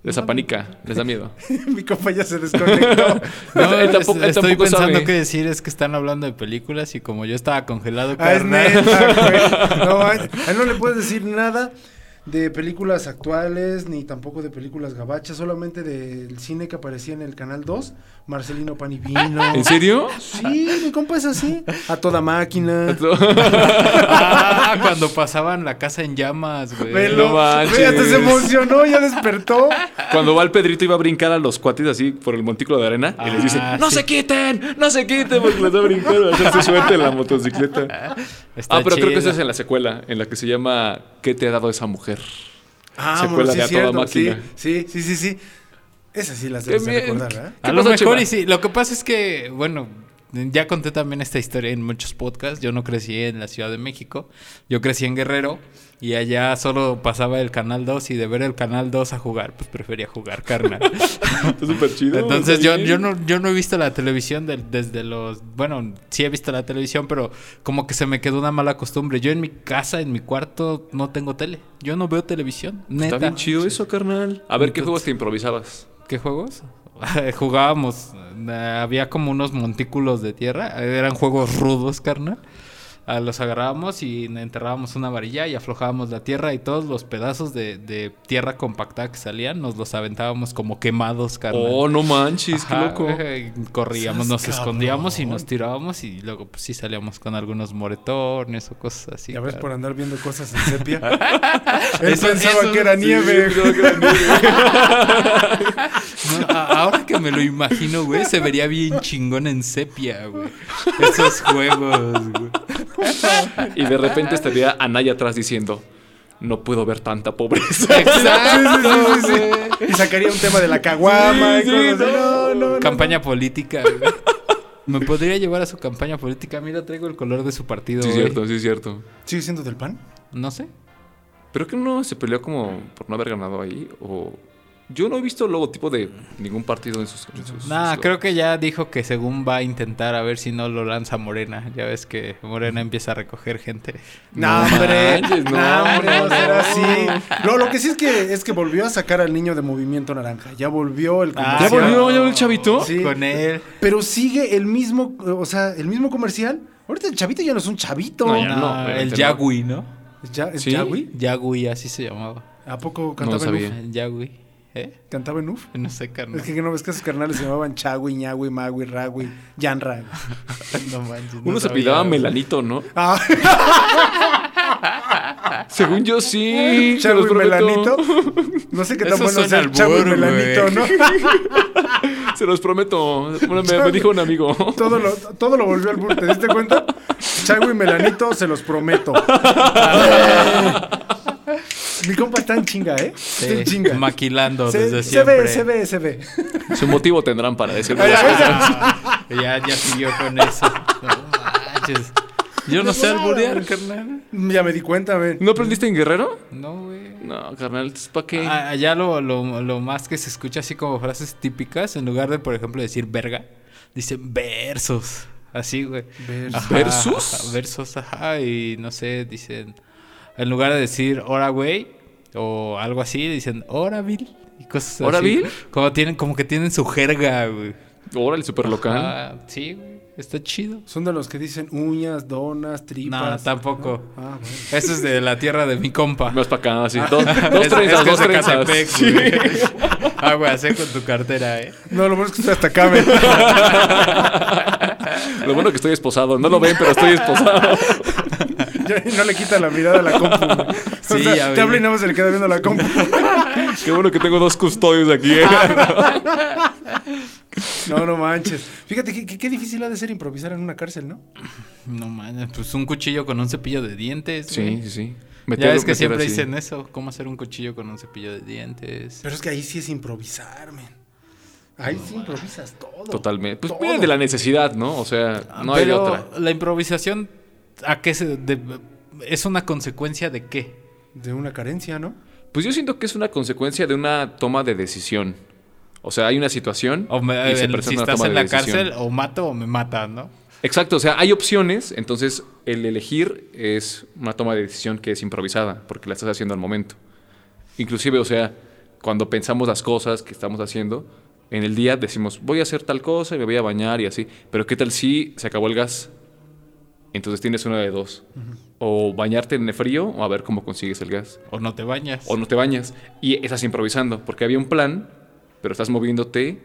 [SPEAKER 4] Les apanica, les da miedo.
[SPEAKER 3] Mi compa ya se desconectó.
[SPEAKER 2] No,
[SPEAKER 4] Él
[SPEAKER 2] es-
[SPEAKER 4] tampoco- él
[SPEAKER 2] estoy
[SPEAKER 4] tampoco
[SPEAKER 2] pensando
[SPEAKER 4] sabe.
[SPEAKER 2] qué decir, es que están hablando de películas y como yo estaba congelado,
[SPEAKER 3] Ah, es
[SPEAKER 2] carnal.
[SPEAKER 3] neta, güey. No, man- a él no le puedes decir nada de películas actuales ni tampoco de películas gabachas, solamente del cine que aparecía en el canal 2, Marcelino Panivino.
[SPEAKER 4] ¿En serio?
[SPEAKER 3] Sí, mi compa es así, a toda máquina.
[SPEAKER 2] Ah, cuando pasaban la casa en llamas, güey.
[SPEAKER 3] Velo,
[SPEAKER 4] No manches.
[SPEAKER 3] Ve, hasta se emocionó, ya despertó.
[SPEAKER 4] Cuando va el Pedrito iba a brincar a los cuates así por el montículo de arena y les dice,
[SPEAKER 2] Ah,
[SPEAKER 4] ¡No
[SPEAKER 2] sí.
[SPEAKER 4] se quiten! ¡No se quiten! Porque les va a brincar a hacerse suerte en la motocicleta.
[SPEAKER 2] Está
[SPEAKER 4] ah, pero creo
[SPEAKER 2] chido.
[SPEAKER 4] que esa es en la secuela, en la que se llama ¿Qué te ha dado esa mujer?
[SPEAKER 3] Ah,
[SPEAKER 4] Se
[SPEAKER 3] bueno,
[SPEAKER 4] cuela
[SPEAKER 3] sí,
[SPEAKER 4] de a
[SPEAKER 3] es cierto,
[SPEAKER 4] toda
[SPEAKER 3] sí,
[SPEAKER 4] máquina.
[SPEAKER 3] sí, sí, sí, sí. Esas sí las
[SPEAKER 4] Qué
[SPEAKER 3] debes de
[SPEAKER 4] bien.
[SPEAKER 3] recordar, ¿verdad?
[SPEAKER 4] ¿Qué
[SPEAKER 2] A lo
[SPEAKER 4] pasó,
[SPEAKER 2] mejor
[SPEAKER 4] Chema?
[SPEAKER 2] y sí. Lo que pasa es que, bueno, ya conté también esta historia en muchos podcasts. Yo no crecí en la Ciudad de México. Yo crecí en Guerrero y allá solo pasaba el Canal 2 y de ver el Canal 2 a jugar, pues prefería jugar carnal.
[SPEAKER 4] Está súper chido.
[SPEAKER 2] Entonces
[SPEAKER 4] está
[SPEAKER 2] yo,
[SPEAKER 4] bien.
[SPEAKER 2] yo, no, yo no he visto la televisión del- desde los... Bueno, sí he visto la televisión, pero como que se me quedó una mala costumbre. Yo en mi casa, en mi cuarto, no tengo tele. Yo no veo televisión. Neta.
[SPEAKER 4] Pues Está bien chido eso, carnal. A ver, ¿qué juegos te improvisabas?
[SPEAKER 2] ¿Qué juegos? Jugábamos, eh, había como unos montículos de tierra, eh, eran juegos rudos, carnal. Ah, los agarrábamos y enterrábamos una varilla y aflojábamos la tierra y todos los pedazos de, de tierra compactada que salían nos los aventábamos como quemados, carnal.
[SPEAKER 4] Oh, no manches,
[SPEAKER 2] Ajá,
[SPEAKER 4] qué loco.
[SPEAKER 2] eh, Corríamos,
[SPEAKER 3] Seas
[SPEAKER 2] nos
[SPEAKER 3] cabrón.
[SPEAKER 2] escondíamos y nos tirábamos y luego pues sí salíamos con algunos moretones o cosas así.
[SPEAKER 3] ya ves,
[SPEAKER 2] carnal.
[SPEAKER 3] por andar viendo cosas en sepia. Él
[SPEAKER 2] Eso-
[SPEAKER 3] pensaba
[SPEAKER 2] eso-
[SPEAKER 3] que era
[SPEAKER 2] sí,
[SPEAKER 3] nieve.
[SPEAKER 2] No, a- ahora que me lo
[SPEAKER 4] pues,
[SPEAKER 2] imagino, güey, se vería bien chingón en sepia, güey. Esos juegos, güey.
[SPEAKER 4] Y de repente estaría Anaya atrás diciendo, no puedo ver tanta pobreza.
[SPEAKER 2] Exacto. güey.
[SPEAKER 3] Y sacaría un tema de la caguama.
[SPEAKER 4] Sí,
[SPEAKER 3] y
[SPEAKER 4] sí,
[SPEAKER 3] cosas así. Ah, no, no, no.
[SPEAKER 2] Campaña política. güey. Me podría llevar a su campaña política. Mira, traigo el color de su partido.
[SPEAKER 4] Sí, es
[SPEAKER 2] güey.
[SPEAKER 4] cierto, sí, es cierto.
[SPEAKER 3] ¿Sigue siendo del pan?
[SPEAKER 2] No sé.
[SPEAKER 4] Pero que no se peleó como por no haber ganado ahí. O yo no he visto logotipo de ningún partido en sus. en sus-
[SPEAKER 2] Nah,
[SPEAKER 4] sus-
[SPEAKER 2] creo que ya dijo que según va a intentar a ver si no lo lanza Morena. Ya ves que Morena empieza a recoger gente.
[SPEAKER 3] No,
[SPEAKER 4] No
[SPEAKER 3] hombre,
[SPEAKER 4] manches,
[SPEAKER 3] no,
[SPEAKER 4] no,
[SPEAKER 3] hombre, no
[SPEAKER 4] no.
[SPEAKER 3] será así. No, lo que sí es que es que volvió a sacar al niño de Movimiento Naranja. Ya volvió el
[SPEAKER 2] Ah,
[SPEAKER 4] ¿Ya
[SPEAKER 3] comercial.
[SPEAKER 4] volvió ya el chavito?
[SPEAKER 3] Sí.
[SPEAKER 2] Con él.
[SPEAKER 3] Pero sigue el mismo, o sea, el mismo comercial. Ahorita el chavito ya no es un chavito.
[SPEAKER 4] No, ya.
[SPEAKER 2] No,
[SPEAKER 4] obviamente
[SPEAKER 2] el
[SPEAKER 4] no.
[SPEAKER 2] Yagui, ¿no?
[SPEAKER 3] ¿Es ya, es
[SPEAKER 4] Sí.
[SPEAKER 3] Yagüi?
[SPEAKER 2] Yagui, así se llamaba.
[SPEAKER 3] ¿A poco
[SPEAKER 4] No
[SPEAKER 3] cantaba en
[SPEAKER 4] sabía.
[SPEAKER 3] Uf?
[SPEAKER 2] El Yagui. ¿Eh?
[SPEAKER 3] ¿Cantaba en Uf?
[SPEAKER 2] No sé, carnal.
[SPEAKER 3] Es que no ves que sus carnales se llamaban Chagui, Ñagui, Magui, Ragui, Yanra. No manches.
[SPEAKER 4] Uno
[SPEAKER 3] no
[SPEAKER 4] se
[SPEAKER 3] sabía.
[SPEAKER 4] apellidaba Melanito, ¿no?
[SPEAKER 3] Ah,
[SPEAKER 4] Según yo sí. se
[SPEAKER 3] Chagui
[SPEAKER 4] los prometo.
[SPEAKER 3] Melanito. No sé qué tan
[SPEAKER 2] Eso
[SPEAKER 3] bueno
[SPEAKER 2] suena
[SPEAKER 3] sea
[SPEAKER 2] al
[SPEAKER 3] Chagui
[SPEAKER 2] burro,
[SPEAKER 3] Melanito,
[SPEAKER 2] güey.
[SPEAKER 3] ¿no?
[SPEAKER 4] Se los prometo. Bueno, me, me dijo un amigo.
[SPEAKER 3] Todo lo, todo lo volvió al burro, ¿te diste cuenta? Chagui Melanito, se los prometo. Mi compa está en chinga, ¿eh? Está en
[SPEAKER 2] Sí,
[SPEAKER 3] chinga.
[SPEAKER 2] Maquilando
[SPEAKER 3] Se,
[SPEAKER 2] desde
[SPEAKER 3] se
[SPEAKER 2] siempre.
[SPEAKER 3] ve, se ve, se ve.
[SPEAKER 4] Su motivo tendrán para decirlo.
[SPEAKER 2] Ah, ya, ya siguió con eso. No manches. Yo no sé alburear, carnal.
[SPEAKER 3] Ya me di cuenta, güey.
[SPEAKER 4] ¿No aprendiste en Guerrero?
[SPEAKER 2] No, güey.
[SPEAKER 4] No, carnal, ¿para qué?
[SPEAKER 2] A- Allá Ah, lo, lo, lo más que se escucha así como frases típicas, en lugar de, por ejemplo, decir verga, dicen versos. Así, güey. Ajá,
[SPEAKER 4] ¿Versus?
[SPEAKER 2] ajá, versos, ajá. Y no sé, dicen. En lugar de decir hora, güey, o algo así, dicen hora, Bill. Y cosas así.
[SPEAKER 4] ¿Hora, Bill?
[SPEAKER 2] Como, tienen, como que tienen su jerga, güey.
[SPEAKER 4] Órale, superlocal.
[SPEAKER 2] Ah, sí, güey. Está chido.
[SPEAKER 3] Son de los que dicen uñas, donas,
[SPEAKER 2] No,
[SPEAKER 3] tripas.
[SPEAKER 2] tampoco.
[SPEAKER 3] Ah, bueno.
[SPEAKER 2] Eso es de la tierra de mi compa.
[SPEAKER 4] Más para acá, así. Dos, dos
[SPEAKER 2] Ah. Es- es
[SPEAKER 4] trenzas,
[SPEAKER 2] que es
[SPEAKER 4] dos
[SPEAKER 2] de
[SPEAKER 4] trenzas.
[SPEAKER 2] Catepec,
[SPEAKER 4] Sí.
[SPEAKER 2] güey. Ah, güey, así con tu cartera, eh.
[SPEAKER 3] No, lo bueno es que estoy hasta acá, güey.
[SPEAKER 4] Lo bueno que estoy esposado. No lo ven, pero estoy esposado.
[SPEAKER 3] Ya no le quita la mirada a la compu. güey.
[SPEAKER 2] Sí,
[SPEAKER 3] o sea,
[SPEAKER 2] ya
[SPEAKER 3] te
[SPEAKER 2] vi.
[SPEAKER 3] habla y nada más se le queda viendo la compu.
[SPEAKER 4] Qué bueno que tengo dos custodios aquí. ¿eh?
[SPEAKER 2] Ah.
[SPEAKER 3] No, no manches. Fíjate que- que- qué difícil ha de ser improvisar en una cárcel, ¿no?
[SPEAKER 2] No mames, pues un cuchillo con un cepillo de dientes.
[SPEAKER 4] Sí,
[SPEAKER 2] güey.
[SPEAKER 4] sí, sí.
[SPEAKER 2] ya
[SPEAKER 4] Meter-
[SPEAKER 2] ves que
[SPEAKER 4] meter
[SPEAKER 2] siempre
[SPEAKER 4] así.
[SPEAKER 2] dicen eso, cómo hacer un cuchillo con un cepillo de dientes.
[SPEAKER 3] Pero es que ahí sí es improvisar, men. Ahí sí improvisas todo.
[SPEAKER 4] Totalmente. Pues
[SPEAKER 3] Todo.
[SPEAKER 4] viene de la necesidad, ¿no? O sea, Ah, no hay de
[SPEAKER 2] Pero
[SPEAKER 4] otra.
[SPEAKER 2] La improvisación, ¿a qué se de- es una consecuencia de qué?
[SPEAKER 3] De una carencia, ¿no?
[SPEAKER 4] Pues yo siento que es una consecuencia de una toma de decisión. O sea, hay una situación.
[SPEAKER 2] O me-
[SPEAKER 4] y se
[SPEAKER 2] en-
[SPEAKER 4] presenta
[SPEAKER 2] si
[SPEAKER 4] una
[SPEAKER 2] estás
[SPEAKER 4] toma
[SPEAKER 2] en
[SPEAKER 4] de
[SPEAKER 2] la
[SPEAKER 4] decisión.
[SPEAKER 2] cárcel, o mato o me matan, ¿no?
[SPEAKER 4] Exacto, o sea, hay opciones, entonces el elegir es una toma de decisión que es improvisada, porque la estás haciendo al momento. Inclusive, o sea, cuando pensamos las cosas que estamos haciendo, en el día decimos, voy a hacer tal cosa y me voy a bañar y así, pero ¿qué tal si se acabó el gas? Entonces tienes una de dos. O bañarte en el frío o a ver cómo consigues el gas.
[SPEAKER 2] O no te bañas.
[SPEAKER 4] O no te bañas. Y estás improvisando, porque había un plan, pero estás moviéndote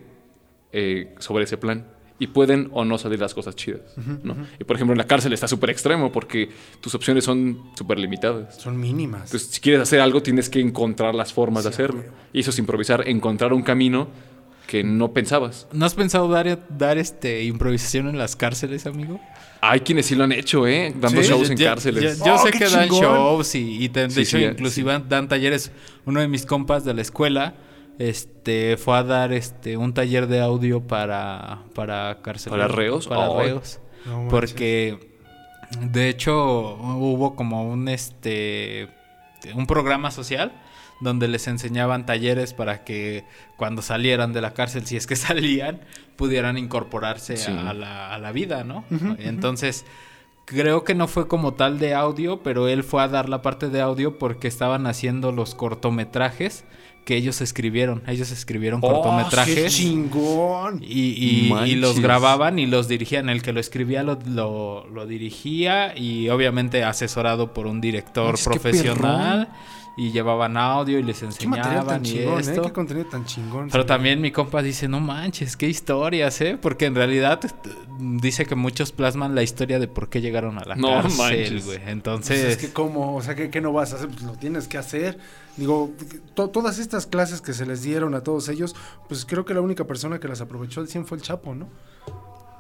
[SPEAKER 4] eh, sobre ese plan. Y pueden o no salir las cosas chidas. ¿no? Y por ejemplo, en la cárcel está súper extremo, porque tus opciones son súper limitadas.
[SPEAKER 3] Son mínimas.
[SPEAKER 4] Entonces, si quieres hacer algo, tienes que encontrar las formas de hacerlo. Y eso es improvisar, encontrar un camino que no pensabas.
[SPEAKER 2] ¿No has pensado dar, dar este improvisación en las cárceles, amigo?
[SPEAKER 4] Hay quienes sí lo han hecho, ¿eh? Dando
[SPEAKER 3] Sí,
[SPEAKER 4] shows en
[SPEAKER 2] Ya-
[SPEAKER 4] cárceles.
[SPEAKER 2] ya- Yo
[SPEAKER 3] ¡Oh,
[SPEAKER 2] sé
[SPEAKER 3] qué
[SPEAKER 2] que dan
[SPEAKER 3] chingón!
[SPEAKER 2] shows y, y te- de
[SPEAKER 4] Sí,
[SPEAKER 2] hecho
[SPEAKER 4] sí,
[SPEAKER 2] inclusive dan talleres. Uno de mis compas de la escuela este fue a dar este un taller de audio para para carceleros,
[SPEAKER 4] ¿Para reos?
[SPEAKER 2] para
[SPEAKER 4] Ay.
[SPEAKER 2] reos.
[SPEAKER 3] No manches.
[SPEAKER 2] porque de hecho hubo como un este un programa social donde les enseñaban talleres para que cuando salieran de la cárcel, si es que salían, pudieran incorporarse
[SPEAKER 4] Sí.
[SPEAKER 2] a, la, a la vida, ¿no? Entonces, creo que no fue como tal de audio, pero él fue a dar la parte de audio porque estaban haciendo los cortometrajes que ellos escribieron. Ellos escribieron
[SPEAKER 4] Oh,
[SPEAKER 3] ¡Qué
[SPEAKER 2] cortometrajes.
[SPEAKER 3] chingón!
[SPEAKER 2] Y, y- y los
[SPEAKER 4] Manches.
[SPEAKER 2] grababan y los dirigían. El que lo escribía lo, lo- lo dirigía y obviamente asesorado por un director
[SPEAKER 3] Manches, qué eh.
[SPEAKER 2] profesional. Y llevaban audio y les
[SPEAKER 3] Qué material tan
[SPEAKER 2] enseñaban y
[SPEAKER 3] chingón, ¿eh?
[SPEAKER 2] esto.
[SPEAKER 3] Qué contenido tan chingón.
[SPEAKER 2] Pero
[SPEAKER 3] sí.
[SPEAKER 2] también mi compa dice, no manches, qué historias, ¿eh? Porque en realidad este, dice que muchos plasman la historia de por qué llegaron a la
[SPEAKER 4] No
[SPEAKER 2] cárcel,
[SPEAKER 4] manches.
[SPEAKER 2] güey.
[SPEAKER 3] Pues
[SPEAKER 2] Entonces,
[SPEAKER 3] es que cómo, o sea, ¿qué, qué no vas a hacer? Pues lo tienes que hacer. Digo, to- todas estas clases que se les dieron a todos ellos, pues creo que la única persona que las aprovechó al 100 fue el Chapo, ¿no?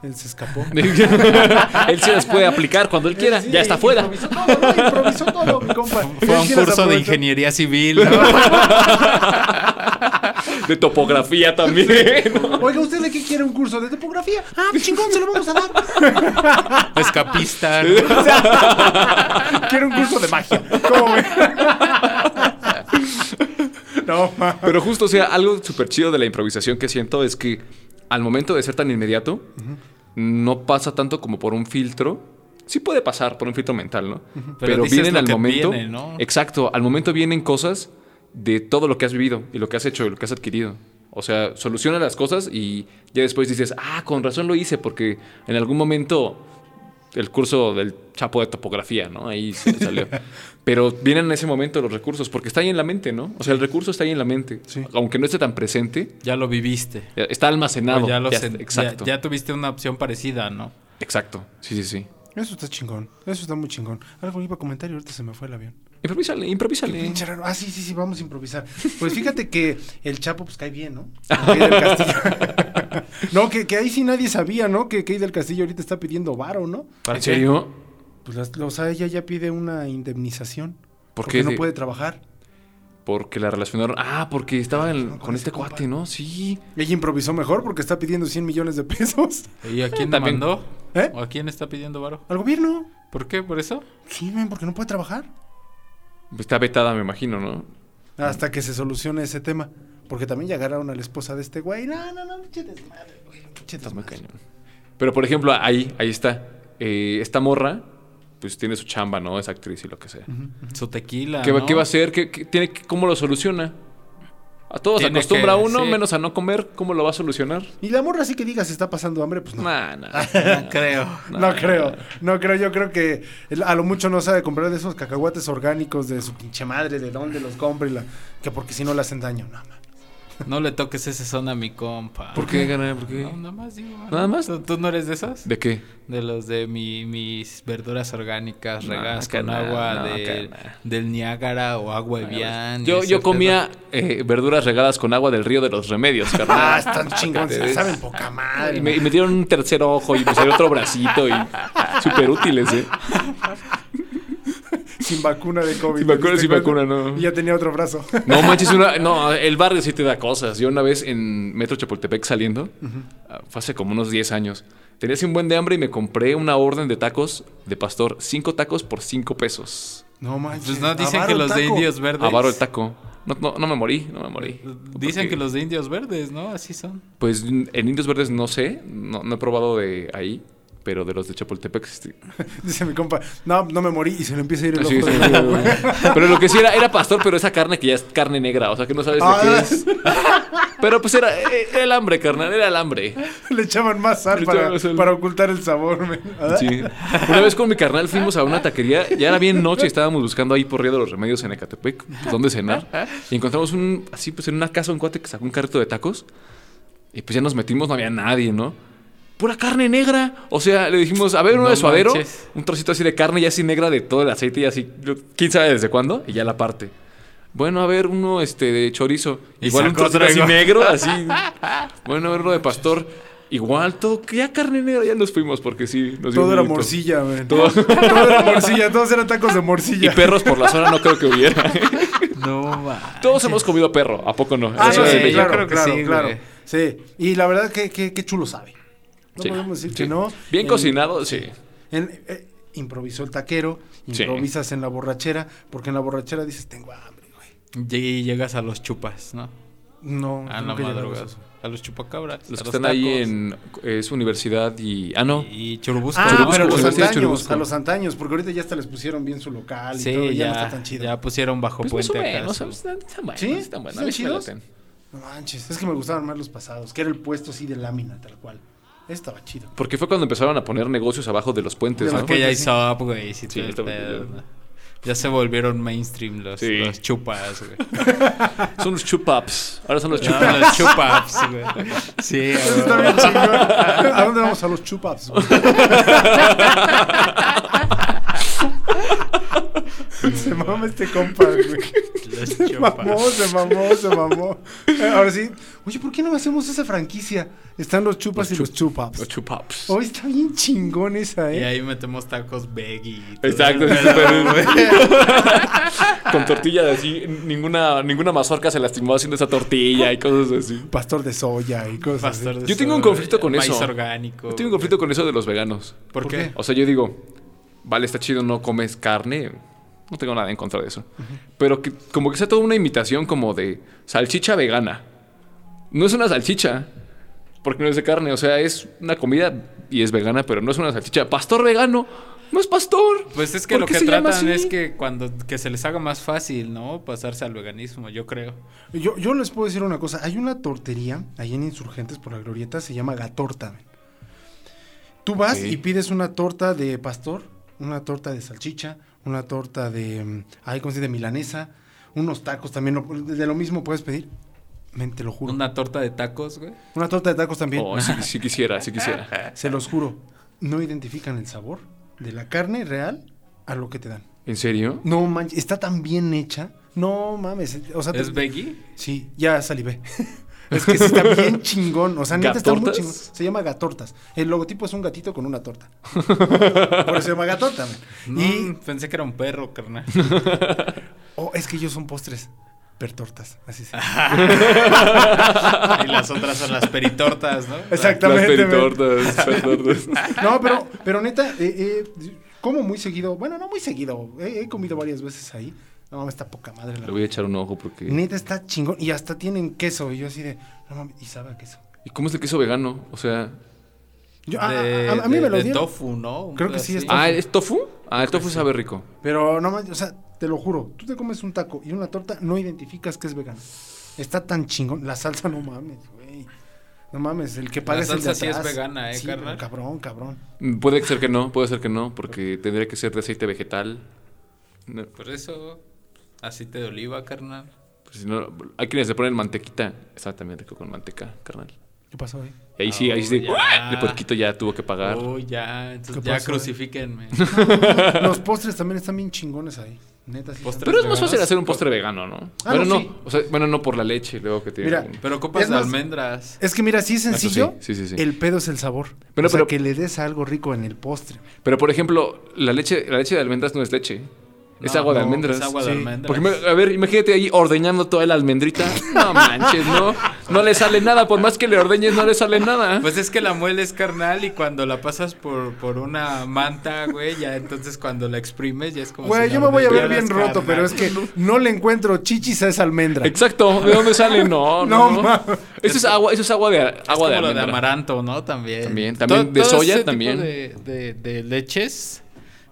[SPEAKER 3] Él se escapó.
[SPEAKER 4] él se las puede aplicar cuando él quiera.
[SPEAKER 3] Sí,
[SPEAKER 4] ya está fuera.
[SPEAKER 3] Improvisó todo, ¿no? improvisó todo, mi compa.
[SPEAKER 2] Fue a
[SPEAKER 3] Él
[SPEAKER 2] un
[SPEAKER 3] sí
[SPEAKER 2] curso
[SPEAKER 3] las
[SPEAKER 2] de
[SPEAKER 3] aprovechó.
[SPEAKER 2] ingeniería civil. ¿no?
[SPEAKER 4] De topografía también. ¿no?
[SPEAKER 3] Oiga, ¿usted de qué quiere un curso? ¿De topografía? Ah, chingón, se lo vamos a dar.
[SPEAKER 2] Escapista. ¿no?
[SPEAKER 3] Quiero un curso de magia. ¿Cómo ve? No, ma.
[SPEAKER 4] Pero justo, o sea, algo súper chido de la improvisación que siento es que al momento de ser tan inmediato, no pasa tanto como por un filtro. Sí puede pasar por un filtro mental, ¿no? Pero,
[SPEAKER 2] dices
[SPEAKER 4] vienen
[SPEAKER 2] lo
[SPEAKER 4] al
[SPEAKER 2] que
[SPEAKER 4] momento.
[SPEAKER 2] viene, ¿no?
[SPEAKER 4] Exacto, al momento vienen cosas de todo lo que has vivido y lo que has hecho y lo que has adquirido. O sea, soluciona las cosas y ya después dices, ah, con razón lo hice, porque en algún momento el curso del chapo de topografía, ¿no? Ahí se le salió. Pero vienen en ese momento los recursos, porque está ahí en la mente, ¿no? O sea, el recurso está ahí en la mente. Aunque no esté tan presente,
[SPEAKER 2] Ya lo viviste.
[SPEAKER 4] eh, está almacenado.
[SPEAKER 2] O Pues ya lo
[SPEAKER 4] Ya
[SPEAKER 2] sen-
[SPEAKER 4] está- exacto.
[SPEAKER 2] ya- ya tuviste una opción parecida, ¿no?
[SPEAKER 4] Exacto. Sí, sí, sí.
[SPEAKER 3] Eso está chingón. Eso está muy chingón. Algo iba a comentar y ahorita se me fue el avión.
[SPEAKER 4] Improvísale, improvísale.
[SPEAKER 3] Pinche raro. Ah, sí, sí, sí, vamos a improvisar. Pues fíjate que el Chapo pues cae bien, ¿no? Key del Castillo. no, que, que ahí sí nadie sabía, ¿no? Que Key del Castillo ahorita está pidiendo varo, ¿no?
[SPEAKER 4] ¿En serio?
[SPEAKER 3] Pues, las- o sea, ella ya pide una indemnización.
[SPEAKER 4] ¿Por
[SPEAKER 3] porque
[SPEAKER 4] qué?
[SPEAKER 3] no puede trabajar.
[SPEAKER 4] Porque la relacionaron. Ah, porque estaba en- con este
[SPEAKER 3] compa.
[SPEAKER 4] cuate, ¿no? Sí.
[SPEAKER 3] Ella improvisó mejor porque está pidiendo 100 millones de pesos
[SPEAKER 2] ¿Y a quién
[SPEAKER 4] También.
[SPEAKER 2] demandó?
[SPEAKER 3] ¿Eh?
[SPEAKER 2] ¿O a quién está pidiendo varo?
[SPEAKER 3] al gobierno.
[SPEAKER 2] ¿Por qué? ¿Por eso?
[SPEAKER 3] Sí, men, porque no puede trabajar.
[SPEAKER 4] Está vetada, me imagino, ¿no?
[SPEAKER 3] Hasta que se solucione ese tema. Porque también ya agarraron a la esposa de este güey. No, no, no, pinche desmadre, güey. Pinche
[SPEAKER 4] Está muy
[SPEAKER 3] desmadre.
[SPEAKER 4] cañón. Pero, por ejemplo, ahí, ahí está. Eh, esta morra, pues tiene su chamba, ¿no? Es actriz y lo que sea.
[SPEAKER 2] Su tequila.
[SPEAKER 4] ¿Qué, va-
[SPEAKER 2] Ah, ¿no?
[SPEAKER 4] qué va a hacer? ¿Qué, qué tiene que- ¿Cómo lo soluciona? A todos
[SPEAKER 2] Tiene
[SPEAKER 4] acostumbra
[SPEAKER 2] que-
[SPEAKER 4] uno,
[SPEAKER 2] sí.
[SPEAKER 4] menos a no comer. ¿Cómo lo va a solucionar?
[SPEAKER 3] Y la morra sí que diga se está pasando hambre, pues no.
[SPEAKER 4] Nah, nah.
[SPEAKER 2] No creo.
[SPEAKER 3] No, creo, no creo, yo creo que el- a lo mucho no sabe comprar de esos cacahuates orgánicos de su pinche madre, de dónde los compra y la, que porque si no le hacen daño, no, ma.
[SPEAKER 2] No le toques ese son a mi compa.
[SPEAKER 4] ¿Por qué, gana? ¿Por qué?
[SPEAKER 2] No, nada más digo. mano.
[SPEAKER 4] ¿Nada más?
[SPEAKER 2] ¿Tú, tú no eres de esos?
[SPEAKER 4] ¿De qué?
[SPEAKER 2] De los de mi- mis verduras orgánicas
[SPEAKER 4] No,
[SPEAKER 2] regadas
[SPEAKER 4] que
[SPEAKER 2] con
[SPEAKER 4] no,
[SPEAKER 2] agua
[SPEAKER 4] no,
[SPEAKER 2] de-
[SPEAKER 4] que no.
[SPEAKER 2] del Niágara o agua Evian. y
[SPEAKER 4] Yo,
[SPEAKER 2] ese
[SPEAKER 4] yo
[SPEAKER 2] pedo.
[SPEAKER 4] comía eh, verduras regadas con agua del río de los remedios,
[SPEAKER 3] Ah,
[SPEAKER 4] carnal.
[SPEAKER 3] están chingones,
[SPEAKER 4] ves.
[SPEAKER 3] saben poca madre.
[SPEAKER 4] Y me,
[SPEAKER 3] ma.
[SPEAKER 4] y me dieron un tercer ojo y me salió otro bracito y súper útiles, ¿eh?
[SPEAKER 3] Sin vacuna de COVID.
[SPEAKER 4] Sin vacuna, sin
[SPEAKER 3] ¿te das cuenta?
[SPEAKER 4] vacuna, no.
[SPEAKER 3] Y ya tenía otro brazo.
[SPEAKER 4] No manches, una, no, el barrio sí te da cosas. Yo una vez en Metro Chapultepec saliendo, ah, fue hace como unos 10 años, tenía así un buen de hambre y me compré una orden de tacos de pastor, cinco tacos por 5 pesos.
[SPEAKER 3] No manches.
[SPEAKER 2] Pues no dicen
[SPEAKER 3] avaro
[SPEAKER 2] que
[SPEAKER 3] el
[SPEAKER 2] los de
[SPEAKER 3] taco.
[SPEAKER 2] indios verdes.
[SPEAKER 4] Avaro el taco. No, no, no me morí, no me morí.
[SPEAKER 2] Dicen
[SPEAKER 4] Porque,
[SPEAKER 2] que los de indios verdes, ¿no? Así son.
[SPEAKER 4] Pues en Indios Verdes no sé, no, no he probado de ahí, pero de los de Chapultepec sí.
[SPEAKER 3] Dice mi compa, no, no me morí y se le empieza a ir el
[SPEAKER 4] Sí,
[SPEAKER 3] ojo.
[SPEAKER 4] sí.
[SPEAKER 3] de la boca.
[SPEAKER 4] Pero lo que sí era, era pastor, pero esa carne que ya es carne negra, o sea que no sabes de
[SPEAKER 3] Ah,
[SPEAKER 4] qué es. Pero pues era, era el hambre, carnal, era el hambre.
[SPEAKER 3] Le echaban más sal
[SPEAKER 4] Le
[SPEAKER 3] para,
[SPEAKER 4] echaban más sal.
[SPEAKER 3] para ocultar el sabor. men. Ah,
[SPEAKER 4] Sí. Una vez con mi carnal fuimos a una taquería, ya era bien noche, estábamos buscando ahí por Río de los Remedios en Ecatepec, pues, dónde cenar. Y encontramos un, así pues en una casa, un cuate que sacó un carrito de tacos. Y pues ya nos metimos, no había nadie, ¿no? Pura carne negra. O sea, le dijimos, a ver, uno
[SPEAKER 2] No
[SPEAKER 4] de suadero,
[SPEAKER 2] manches.
[SPEAKER 4] un trocito así de carne ya así negra de todo el aceite y así, quién sabe desde cuándo, y ya la parte. Bueno, a ver, uno este de chorizo.
[SPEAKER 2] Y
[SPEAKER 4] Igual un
[SPEAKER 2] sacó
[SPEAKER 4] trocito
[SPEAKER 2] otro
[SPEAKER 4] así
[SPEAKER 2] igual.
[SPEAKER 4] negro, así. Bueno, a ver, uno de pastor. Igual, todo, ya carne negra, ya nos fuimos porque sí. Nos dio
[SPEAKER 3] Todo era
[SPEAKER 4] miedito.
[SPEAKER 3] morcilla, men. Todo...
[SPEAKER 4] Todo-
[SPEAKER 3] era morcilla, todos eran tacos de
[SPEAKER 4] y
[SPEAKER 3] morcilla.
[SPEAKER 4] perros por la zona no creo que hubiera. ¿eh?
[SPEAKER 2] No, va.
[SPEAKER 4] Todos hemos comido perro, ¿a poco no?
[SPEAKER 3] Ah,
[SPEAKER 4] Eso
[SPEAKER 3] no,
[SPEAKER 4] es
[SPEAKER 3] sí,
[SPEAKER 4] bello.
[SPEAKER 3] claro,
[SPEAKER 2] creo que
[SPEAKER 3] claro,
[SPEAKER 2] sí,
[SPEAKER 3] claro.
[SPEAKER 2] güey.
[SPEAKER 3] Sí, y la verdad que, que, que chulo sabe. No
[SPEAKER 4] Sí,
[SPEAKER 3] podemos decir
[SPEAKER 4] sí.
[SPEAKER 3] que no. Eh,
[SPEAKER 4] Bien
[SPEAKER 3] En-
[SPEAKER 4] cocinado, sí.
[SPEAKER 3] en- eh, improvisó el taquero,
[SPEAKER 4] Sí.
[SPEAKER 3] improvisas en la borrachera, porque en la borrachera dices, tengo hambre, güey.
[SPEAKER 2] Y llegas a los chupas, ¿no?
[SPEAKER 3] No,
[SPEAKER 2] A la
[SPEAKER 3] nunca llegamos
[SPEAKER 2] madrugada.
[SPEAKER 3] a eso.
[SPEAKER 2] A los chupacabras.
[SPEAKER 4] Los
[SPEAKER 2] a
[SPEAKER 4] que están ahí
[SPEAKER 2] tacos,
[SPEAKER 4] en es universidad y ah no,
[SPEAKER 2] Y churubusco.
[SPEAKER 3] Ah,
[SPEAKER 4] Churubusco,
[SPEAKER 3] pero a los
[SPEAKER 4] se decía
[SPEAKER 3] antaños,
[SPEAKER 4] churubusco.
[SPEAKER 3] a los antaños, porque ahorita ya hasta les pusieron bien su local y todo,
[SPEAKER 2] Sí,
[SPEAKER 3] y
[SPEAKER 2] ya,
[SPEAKER 3] ya, no está tan chido.
[SPEAKER 2] ya pusieron bajo
[SPEAKER 4] pues más o
[SPEAKER 2] puente acá.
[SPEAKER 4] menos,
[SPEAKER 2] su-
[SPEAKER 4] están están buenos,
[SPEAKER 3] ¿Sí?
[SPEAKER 4] están buenos, a
[SPEAKER 3] ¿Están
[SPEAKER 4] mí sí me
[SPEAKER 3] chidos?
[SPEAKER 4] laten.
[SPEAKER 3] No manches, es que me gustaban más los pasados, que era el puesto así de lámina, tal cual. Estaba chido.
[SPEAKER 4] Porque fue cuando empezaron a poner negocios abajo de los puentes,
[SPEAKER 3] De
[SPEAKER 4] ¿no?
[SPEAKER 3] los
[SPEAKER 2] Que ya
[SPEAKER 3] puente, sí.
[SPEAKER 2] hizo güey. sí,
[SPEAKER 4] Sí,
[SPEAKER 2] todo el
[SPEAKER 4] está muy
[SPEAKER 2] pedo,
[SPEAKER 4] bien.
[SPEAKER 2] ¿no? Ya se volvieron mainstream los,
[SPEAKER 4] Sí.
[SPEAKER 2] los chupas, güey.
[SPEAKER 4] Son los chupaps. Ahora
[SPEAKER 3] Ah.
[SPEAKER 4] son los
[SPEAKER 2] No,
[SPEAKER 4] chupaps.
[SPEAKER 2] los chupas, güey. Sí, a
[SPEAKER 3] Está
[SPEAKER 2] huevo.
[SPEAKER 3] bien chingón. ¿A dónde vamos? A los chupaps. güey. se mama este compa, güey.
[SPEAKER 2] los
[SPEAKER 3] Se este mamó,
[SPEAKER 2] chupas.
[SPEAKER 3] se mamó, se mamó. Ahora sí. Oye, ¿por qué no hacemos esa franquicia? Están los chupas
[SPEAKER 4] Los
[SPEAKER 3] y los
[SPEAKER 4] chup-
[SPEAKER 3] chupaps.
[SPEAKER 4] Los chupaps.
[SPEAKER 3] Hoy está bien chingón esa,
[SPEAKER 2] Y
[SPEAKER 3] ¿eh?
[SPEAKER 2] ahí metemos tacos veggie. y todo
[SPEAKER 4] Exacto,
[SPEAKER 2] el
[SPEAKER 4] es
[SPEAKER 2] pedo,
[SPEAKER 4] súper-
[SPEAKER 2] güey.
[SPEAKER 4] Con tortilla de así, ninguna, ninguna mazorca se lastimó haciendo esa tortilla y cosas así.
[SPEAKER 3] Pastor de soya y cosas
[SPEAKER 2] Pastor
[SPEAKER 3] así.
[SPEAKER 2] de
[SPEAKER 4] Yo tengo un
[SPEAKER 2] soya,
[SPEAKER 4] conflicto con
[SPEAKER 2] maíz
[SPEAKER 4] eso.
[SPEAKER 2] orgánico.
[SPEAKER 4] Yo tengo un conflicto con eso de los veganos.
[SPEAKER 2] ¿Por
[SPEAKER 3] ¿Por
[SPEAKER 2] qué?
[SPEAKER 4] O sea, yo digo, vale, está chido, no comes carne. No tengo nada en contra de eso. Pero que, como que sea toda una imitación como de salchicha vegana. No es una salchicha, porque no es de carne. O sea, es una comida y es vegana, pero no es una salchicha. Pastor vegano, no es pastor.
[SPEAKER 2] Pues es que
[SPEAKER 4] ¿Por
[SPEAKER 2] lo
[SPEAKER 4] qué
[SPEAKER 2] que
[SPEAKER 4] se llama
[SPEAKER 2] tratan
[SPEAKER 4] así?
[SPEAKER 2] es que cuando que se les haga más fácil, ¿no? Pasarse al veganismo, yo creo.
[SPEAKER 3] Yo, yo les puedo decir una cosa. Hay una tortería ahí en Insurgentes por la Glorieta, se llama Gatorta. Tú vas
[SPEAKER 4] Ok.
[SPEAKER 3] y pides una torta de pastor, una torta de salchicha, una torta de, mm, ay, ¿cómo se dice? De milanesa, unos tacos también, lo- de lo mismo puedes pedir. Men, te lo juro. Una,
[SPEAKER 2] Una torta de tacos, güey.
[SPEAKER 3] torta de tacos también,
[SPEAKER 4] Oh, sí, sí quisiera, sí quisiera.
[SPEAKER 3] se los juro. No identifican el sabor de la carne real a lo que te dan.
[SPEAKER 4] ¿En serio?
[SPEAKER 3] No manches, está tan bien hecha. No mames, o sea, te-
[SPEAKER 2] ¿Es veggie?
[SPEAKER 3] Sí, ya salivé. es que sí está bien chingón. O sea, neta está muy
[SPEAKER 4] ¿Gatortas?
[SPEAKER 3] chingón. Se llama Gatortas. El logotipo es un gatito con una torta. Por eso se llama Gatorta. man.
[SPEAKER 2] Y
[SPEAKER 3] Y
[SPEAKER 2] pensé que era un perro, carnal.
[SPEAKER 3] oh, es que ellos son postres. Pertortas, así se
[SPEAKER 2] y las otras son las peritortas, ¿no?
[SPEAKER 3] Exacto.
[SPEAKER 4] Las
[SPEAKER 3] Exactamente,
[SPEAKER 4] peritortas, peritortas.
[SPEAKER 3] No, pero, pero neta, eh, eh, como muy seguido. Bueno, no muy seguido. eh, he comido varias veces ahí. No mames, está poca madre la
[SPEAKER 4] Le voy a echar un ojo porque...
[SPEAKER 3] Neta está chingón. Y hasta tienen queso. Y yo así de, no mames, y sabe a queso.
[SPEAKER 4] ¿Y cómo es el queso vegano? O sea...
[SPEAKER 3] Yo, a, a-
[SPEAKER 2] De-
[SPEAKER 3] a- a mí
[SPEAKER 2] de-
[SPEAKER 3] me lo
[SPEAKER 2] de
[SPEAKER 3] dieron.
[SPEAKER 2] tofu, ¿no? Un
[SPEAKER 3] Creo que
[SPEAKER 2] pedo
[SPEAKER 3] sí es
[SPEAKER 2] así.
[SPEAKER 3] tofu.
[SPEAKER 4] Ah, ¿es tofu? Ah, el tofu sabe rico.
[SPEAKER 3] Pero no manches, o sea, te lo juro, tú te comes un taco y una torta, no identificas que es vegano. Está tan chingón. La salsa, no mames, güey. No mames, el que paga es el de
[SPEAKER 2] salsa sí es
[SPEAKER 3] atrás.
[SPEAKER 2] vegana, ¿eh,
[SPEAKER 3] pero
[SPEAKER 2] carnal?
[SPEAKER 3] cabrón, cabrón.
[SPEAKER 4] Mm, Puede ser que no, puede ser que no, porque tendría que ser de aceite vegetal. No,
[SPEAKER 2] Por eso, aceite de oliva, carnal.
[SPEAKER 4] pues, si no, hay quienes le ponen mantequita. Está también rico con manteca, carnal.
[SPEAKER 3] ¿Qué pasó, eh?
[SPEAKER 4] Y ahí sí, ahí sí.
[SPEAKER 2] Oh, ya.
[SPEAKER 4] El puerquito ya tuvo que pagar.
[SPEAKER 2] Uy, ya, entonces
[SPEAKER 3] ¿Qué
[SPEAKER 2] ya
[SPEAKER 3] pasó, eh?
[SPEAKER 2] crucifíquenme.
[SPEAKER 3] Los postres también están bien chingones ahí. Neta, sí.
[SPEAKER 2] Postre.
[SPEAKER 4] Pero es más
[SPEAKER 2] veganos.
[SPEAKER 4] fácil hacer un postre vegano, ¿no?
[SPEAKER 3] Ah,
[SPEAKER 4] bueno,
[SPEAKER 3] no,
[SPEAKER 4] no.
[SPEAKER 3] sí.
[SPEAKER 4] O sea, bueno, no por la leche, luego que tiene.
[SPEAKER 3] Mira,
[SPEAKER 4] algún-
[SPEAKER 2] Pero copas
[SPEAKER 3] Es
[SPEAKER 2] de
[SPEAKER 3] más-
[SPEAKER 2] almendras.
[SPEAKER 3] están- Es que mira, si es
[SPEAKER 4] Eso sí,
[SPEAKER 3] sencillo,
[SPEAKER 4] sí, sí, sí.
[SPEAKER 3] el pedo es el sabor.
[SPEAKER 4] Pero-
[SPEAKER 3] o sea,
[SPEAKER 4] pero-
[SPEAKER 3] que le des algo rico en el postre.
[SPEAKER 4] Pero por ejemplo, la leche, la leche de almendras no es leche. Es
[SPEAKER 2] No,
[SPEAKER 4] agua de
[SPEAKER 2] no,
[SPEAKER 4] almendras.
[SPEAKER 2] Es agua de
[SPEAKER 3] Sí.
[SPEAKER 2] almendras.
[SPEAKER 4] Porque, me- a ver, imagínate ahí ordeñando toda la almendrita. No manches, ¿no? No le sale nada. Por más que le ordeñes, no le sale nada.
[SPEAKER 2] Pues es que la muela es carnal y cuando la pasas por, por una manta, güey, ya entonces cuando la exprimes ya es como... si
[SPEAKER 3] Güey, yo
[SPEAKER 2] la
[SPEAKER 3] me voy a ver
[SPEAKER 2] rompieras,
[SPEAKER 3] bien roto,
[SPEAKER 2] carnal.
[SPEAKER 3] pero es que no le encuentro chichis a esa almendra.
[SPEAKER 4] Exacto, ¿de dónde sale? No,
[SPEAKER 3] No,
[SPEAKER 4] no. no.
[SPEAKER 3] mames.
[SPEAKER 4] Eso es agua, eso es agua de
[SPEAKER 2] Es
[SPEAKER 4] agua de,
[SPEAKER 2] como lo de
[SPEAKER 4] almendra.
[SPEAKER 2] amaranto, ¿no? También.
[SPEAKER 4] También, también de
[SPEAKER 2] ese
[SPEAKER 4] soya,
[SPEAKER 2] tipo
[SPEAKER 4] también.
[SPEAKER 2] de, de- de leches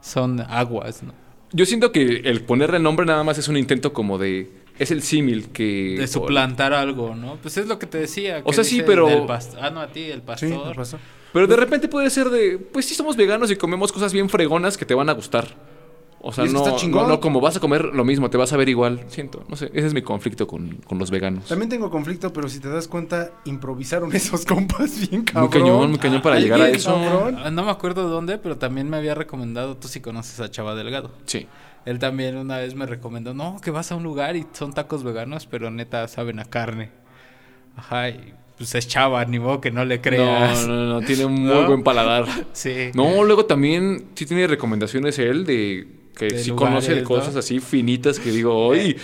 [SPEAKER 2] son aguas, ¿no?
[SPEAKER 4] Yo siento que el ponerle nombre nada más es un intento como de es el símil que
[SPEAKER 2] De suplantar algo, ¿no? Pues es lo que te decía. que
[SPEAKER 4] sea, sí,
[SPEAKER 2] dice
[SPEAKER 4] pero-
[SPEAKER 2] del past- Ah, no, a ti, el
[SPEAKER 3] Sí,
[SPEAKER 2] pastor.
[SPEAKER 3] me pasó.
[SPEAKER 4] Pero de repente puede ser de pues sí somos veganos y comemos cosas bien fregonas que te van a gustar. O sea,
[SPEAKER 3] Y es que
[SPEAKER 4] no,
[SPEAKER 3] está
[SPEAKER 4] no,
[SPEAKER 3] chingón.
[SPEAKER 4] no, como vas a comer lo mismo, te vas a ver igual. Siento, no sé, ese es mi conflicto con, con los veganos.
[SPEAKER 3] También tengo conflicto, pero si te das cuenta, improvisaron esos compas bien
[SPEAKER 4] Muy
[SPEAKER 3] cabrón.
[SPEAKER 4] cañón, muy cañón para
[SPEAKER 2] Ah,
[SPEAKER 4] llegar a
[SPEAKER 2] alguien,
[SPEAKER 4] eso.
[SPEAKER 3] cabrón.
[SPEAKER 2] Ah, No me acuerdo dónde, pero también me había recomendado, tú sí conoces a Chava Delgado.
[SPEAKER 4] Sí.
[SPEAKER 2] Él también una vez me recomendó, no, que vas a un lugar y son tacos veganos, pero neta saben a carne. Ajá, y pues es Chava, ni modo que no le creas.
[SPEAKER 4] No, no, no, tiene un muy
[SPEAKER 2] ¿No?
[SPEAKER 4] buen paladar.
[SPEAKER 2] Sí.
[SPEAKER 4] No, luego también sí tiene recomendaciones él de que
[SPEAKER 2] De
[SPEAKER 4] sí
[SPEAKER 2] lugares,
[SPEAKER 4] conoce
[SPEAKER 2] ¿no?
[SPEAKER 4] de
[SPEAKER 2] Eh,
[SPEAKER 4] cosas así finitas que digo, hoy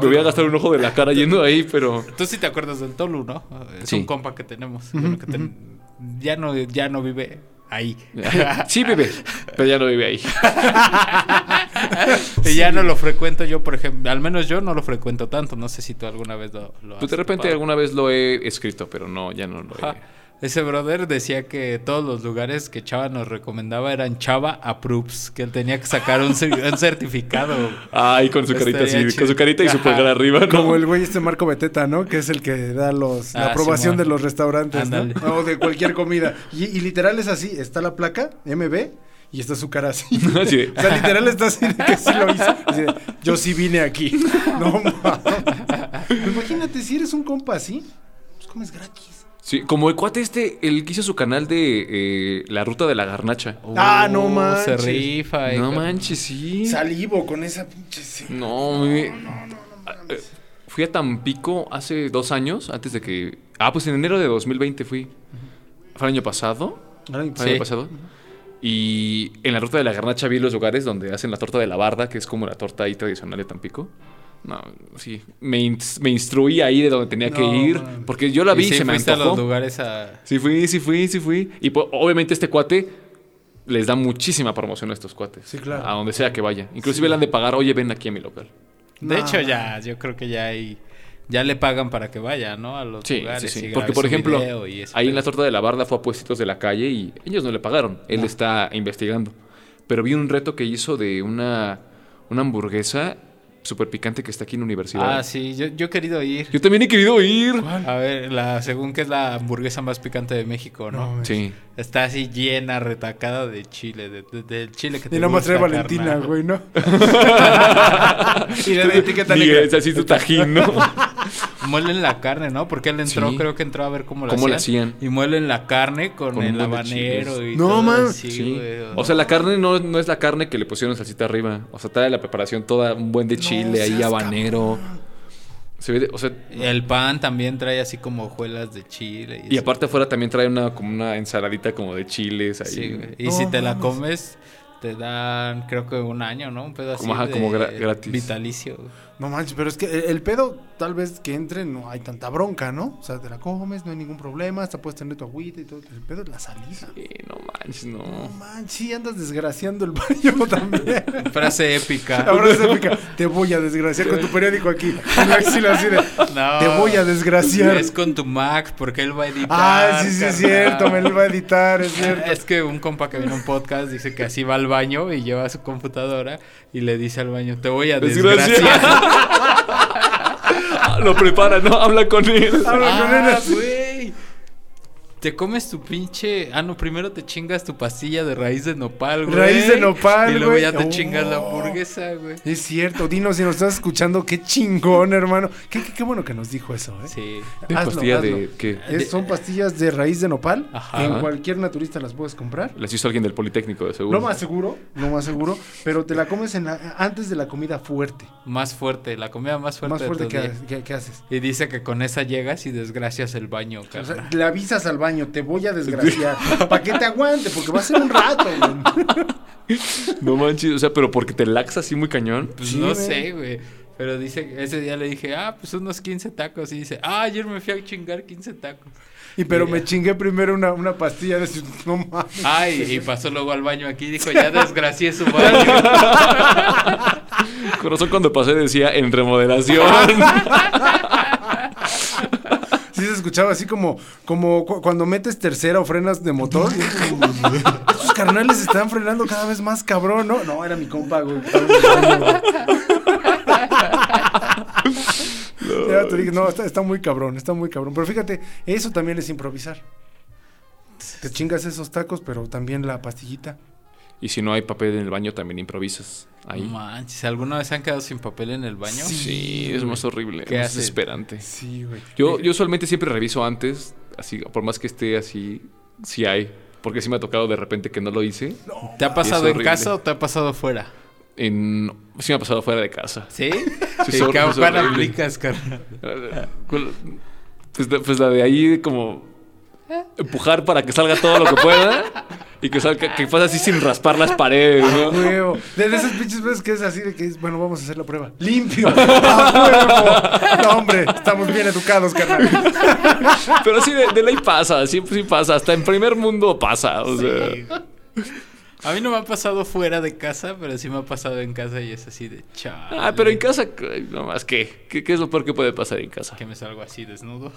[SPEAKER 4] me voy a gastar un ojo de la cara yendo ahí, pero
[SPEAKER 2] Tú sí te acuerdas del Tolu, ¿no? Es
[SPEAKER 4] Sí.
[SPEAKER 2] un compa que tenemos. bueno, que ten- ya, no, ya no vive ahí.
[SPEAKER 4] Ah, sí vive, pero ya no vive ahí.
[SPEAKER 2] Y Ya no lo frecuento yo, por ejemplo. Al menos yo no lo frecuento tanto. No sé si tú alguna vez lo, lo has
[SPEAKER 4] Pues de repente
[SPEAKER 2] topado.
[SPEAKER 4] alguna vez lo he escrito, pero no, ya no lo he.
[SPEAKER 2] Ajá. Ah, Ese brother decía que todos los lugares que Chava nos recomendaba eran Chava Approves, que él tenía que sacar un, cer- un certificado.
[SPEAKER 4] Ay, con su carita
[SPEAKER 2] Estaría
[SPEAKER 4] así,
[SPEAKER 2] chido.
[SPEAKER 4] con su carita y su
[SPEAKER 2] Ajá.
[SPEAKER 4] pulgar arriba, ¿no?
[SPEAKER 3] Como el güey este Marco Beteta, ¿no? Que es el que da los,
[SPEAKER 2] Ah,
[SPEAKER 3] la aprobación
[SPEAKER 2] Simón.
[SPEAKER 3] de los restaurantes, ¿no?
[SPEAKER 2] Ándale.
[SPEAKER 3] O de cualquier comida. Y, y literal es así, está la placa, MB, y está su cara así.
[SPEAKER 4] Así de-
[SPEAKER 3] O sea, literal está así de que sí lo hizo. Así de, yo sí vine aquí. No, mames. Imagínate, si eres un compa así, pues comes gratis.
[SPEAKER 4] Sí, como el cuate este, el que hizo su canal de eh, La Ruta de la Garnacha.
[SPEAKER 3] Ah, no
[SPEAKER 2] más Oh, Uh, Se
[SPEAKER 3] manches.
[SPEAKER 2] rifa. y-
[SPEAKER 4] no manches, sí.
[SPEAKER 3] Salivo con esa pinche... sí.
[SPEAKER 4] No, me-
[SPEAKER 3] No, no, no, mames.
[SPEAKER 4] Eh, Fui a Tampico hace dos años, antes de que... Ah, pues en enero de 2020 fui. Fue el año pasado.
[SPEAKER 2] Mm.
[SPEAKER 3] Ay, pues,
[SPEAKER 4] Fue el año
[SPEAKER 2] Sí.
[SPEAKER 4] pasado. Y en la ruta de la garnacha vi los lugares donde hacen la torta de la barda, que es como la torta ahí tradicional de Tampico. No, sí. Me, ins- me instruí ahí de donde tenía que
[SPEAKER 3] No,
[SPEAKER 4] ir.
[SPEAKER 3] mames.
[SPEAKER 4] Porque yo la vi y,
[SPEAKER 2] sí
[SPEAKER 4] se me
[SPEAKER 2] fuiste a los
[SPEAKER 4] antojó.
[SPEAKER 2] lugares a...
[SPEAKER 4] Sí fui, sí fui, sí fui. Y po- obviamente este cuate les da muchísima promoción a estos cuates.
[SPEAKER 3] Sí, claro.
[SPEAKER 4] A donde sea que vaya. Inclusive le han de pagar, oye, ven aquí a mi local.
[SPEAKER 2] De
[SPEAKER 3] No.
[SPEAKER 2] hecho, ya, yo creo que ya hay... Ya le pagan para que vaya, ¿no? A los
[SPEAKER 4] Sí,
[SPEAKER 2] lugares.
[SPEAKER 4] sí, sí.
[SPEAKER 2] y
[SPEAKER 4] Porque,
[SPEAKER 2] grabe
[SPEAKER 4] por
[SPEAKER 2] su
[SPEAKER 4] ejemplo,
[SPEAKER 2] video y ese
[SPEAKER 4] ahí en
[SPEAKER 2] pedo.
[SPEAKER 4] la torta de la barda fue a puestitos de la calle y ellos no le pagaron. Él está investigando. Pero vi un reto que hizo de una, una hamburguesa súper picante que está aquí en universidad.
[SPEAKER 2] Ah, sí, yo, yo he querido ir.
[SPEAKER 4] Yo también he querido ir.
[SPEAKER 2] A ver, la, según que es la hamburguesa más picante de México, ¿no?
[SPEAKER 3] No, mames.
[SPEAKER 4] Sí.
[SPEAKER 2] Está así llena, retacada de chile, de- de- del chile que te
[SPEAKER 3] Y no más
[SPEAKER 2] gusta,
[SPEAKER 3] trae Valentina,
[SPEAKER 2] carnal.
[SPEAKER 3] güey, ¿no?
[SPEAKER 2] y de la etiqueta
[SPEAKER 4] Y
[SPEAKER 2] negra.
[SPEAKER 4] es así tu tajín, ¿no?
[SPEAKER 2] Muelen la carne, ¿no? Porque él entró,
[SPEAKER 4] Sí.
[SPEAKER 2] creo que entró a ver cómo la
[SPEAKER 4] Cómo la
[SPEAKER 2] hacían.
[SPEAKER 4] hacían.
[SPEAKER 2] Y muelen la carne con,
[SPEAKER 4] Con un
[SPEAKER 2] el
[SPEAKER 4] buen de
[SPEAKER 2] habanero
[SPEAKER 4] chiles.
[SPEAKER 2] y
[SPEAKER 3] No,
[SPEAKER 2] todo
[SPEAKER 3] man.
[SPEAKER 2] así,
[SPEAKER 4] Sí.
[SPEAKER 2] güey.
[SPEAKER 4] O sea, la carne no, no es la carne que le pusieron salsita arriba. O sea, trae la preparación toda, un buen de chile ahí,
[SPEAKER 3] seas
[SPEAKER 4] habanero. Se ve, de- o sea,
[SPEAKER 2] el pan también trae así como hojuelas de chile.
[SPEAKER 4] y
[SPEAKER 2] eso.
[SPEAKER 4] aparte afuera también trae una como una ensaladita como de chiles ahí.
[SPEAKER 2] Sí, güey. Y
[SPEAKER 3] No
[SPEAKER 2] si te la
[SPEAKER 3] mames.
[SPEAKER 2] comes, te dan creo que un año, ¿no? Un pedo así
[SPEAKER 4] Como, ajá,
[SPEAKER 2] de
[SPEAKER 4] como gra- gratis.
[SPEAKER 2] Vitalicio. güey.
[SPEAKER 3] No manches, pero es que eh, el- el pedo, tal vez que entre, no hay tanta bronca, ¿no? O sea, te la comes, no hay ningún problema, hasta puedes tener tu agüita y todo. El pedo es la salida.
[SPEAKER 4] Sí, no manches, no.
[SPEAKER 3] No manches, sí, andas desgraciando el baño también.
[SPEAKER 2] Frase épica.
[SPEAKER 3] Ahora se pica. Te voy a desgraciar con tu periódico aquí. En la axila así de,
[SPEAKER 2] No.
[SPEAKER 3] Te voy a desgraciar.
[SPEAKER 2] Es con tu Mac, porque él va a editar.
[SPEAKER 3] Ah, sí, sí, es
[SPEAKER 2] carnal.
[SPEAKER 3] cierto, me lo va a editar, es cierto.
[SPEAKER 2] Es que un compa que vino a un podcast dice que así va al baño y lleva su computadora y le dice al baño, te voy a
[SPEAKER 4] Desgracia.
[SPEAKER 2] desgraciar.
[SPEAKER 4] Ah, Lo prepara, no, habla con él.
[SPEAKER 3] Habla con
[SPEAKER 2] Ah,
[SPEAKER 3] él.
[SPEAKER 2] güey. Te comes tu pinche. Ah, no, primero te chingas tu pastilla de raíz de nopal, güey.
[SPEAKER 3] Raíz de nopal,
[SPEAKER 2] Y luego
[SPEAKER 3] güey.
[SPEAKER 2] ya te
[SPEAKER 3] Oh.
[SPEAKER 2] chingas la hamburguesa, güey.
[SPEAKER 3] Es cierto, Dino, si nos estás escuchando, qué chingón, hermano. Qué, qué, qué bueno que nos dijo eso, ¿eh?
[SPEAKER 2] Sí.
[SPEAKER 4] De
[SPEAKER 3] Hazlo,
[SPEAKER 4] pastilla de
[SPEAKER 3] hazlo.
[SPEAKER 4] que
[SPEAKER 3] Es- son pastillas de raíz de nopal.
[SPEAKER 2] Ajá.
[SPEAKER 3] En cualquier naturista las puedes comprar.
[SPEAKER 4] las hizo alguien del Politécnico, de seguro.
[SPEAKER 3] Lo más seguro, lo más seguro, pero te la comes en la- antes de la comida fuerte.
[SPEAKER 2] Más fuerte, la comida más fuerte.
[SPEAKER 3] más fuerte
[SPEAKER 2] de tu
[SPEAKER 3] que,
[SPEAKER 2] día.
[SPEAKER 3] que- que haces.
[SPEAKER 2] Y dice que con esa llegas y desgracias el baño,
[SPEAKER 3] O
[SPEAKER 2] carnal.
[SPEAKER 3] sea, le avisas al baño, te voy a desgraciar. Para que te aguante, porque va a ser un rato. güey.
[SPEAKER 4] No manches, o sea, pero porque te laxa así muy cañón.
[SPEAKER 2] Pues
[SPEAKER 3] Sí,
[SPEAKER 2] no
[SPEAKER 3] güey.
[SPEAKER 2] sé, güey. Pero dice, que ese día le dije, ah, pues unos 15 tacos. Y dice, ah, ayer me fui a chingar 15 tacos.
[SPEAKER 3] Y pero
[SPEAKER 2] Ya.
[SPEAKER 3] me chingué primero una, una pastilla de su- no mames.
[SPEAKER 2] Ay, y pasó luego al baño aquí y dijo, ya desgracié su baño.
[SPEAKER 4] Corazón cuando pasé decía en remodelación.
[SPEAKER 3] Sí se escuchaba así como, como cu- cuando metes tercera o frenas de motor. y es como, Estos carnales están frenando cada vez más cabrón, ¿no? No, era mi compa, güey. Ya te dije, no, está, está muy cabrón, está muy cabrón. Pero fíjate, eso también es improvisar. Te chingas esos tacos, pero también la pastillita.
[SPEAKER 4] y si no hay papel en el baño, también improvisas. Ahí.
[SPEAKER 2] Manches, ¿alguna vez han quedado sin papel en el baño?
[SPEAKER 4] Sí, es más horrible,
[SPEAKER 2] ¿Qué
[SPEAKER 4] más
[SPEAKER 2] haces?
[SPEAKER 4] desesperante.
[SPEAKER 3] Sí, güey.
[SPEAKER 4] Yo, yo usualmente siempre reviso antes, así, por más que esté así, si hay. Porque sí me ha tocado de repente que no lo hice.
[SPEAKER 2] ¿Te ha pasado en
[SPEAKER 4] horrible.
[SPEAKER 2] casa o te ha pasado fuera?
[SPEAKER 4] En, sí me ha pasado fuera de casa.
[SPEAKER 2] ¿Sí?
[SPEAKER 4] Sí,
[SPEAKER 2] ¿Y
[SPEAKER 4] es hor-
[SPEAKER 2] qué
[SPEAKER 4] es
[SPEAKER 2] pan
[SPEAKER 4] horrible.
[SPEAKER 2] aplicas, carnal?
[SPEAKER 4] ¿Cuál? Pues, la- pues la de ahí como empujar para que salga todo lo que pueda y que salga que pase así sin raspar las paredes, ¿no?
[SPEAKER 3] Huevo. De de esas pinches veces que es así de que es, bueno, vamos a hacer la prueba. Limpio. ¡A huevo! No, hombre, estamos bien educados, carnal.
[SPEAKER 4] Pero sí, de, de ley pasa, siempre sí pasa, hasta en primer mundo pasa, o sea.
[SPEAKER 2] A mí no me ha pasado fuera de casa, pero sí me ha pasado en casa y es así de chao.
[SPEAKER 4] Ah, pero en casa, ay, no más, ¿qué? ¿qué? qué es lo peor que puede pasar en casa?
[SPEAKER 2] Que me salgo así desnudo.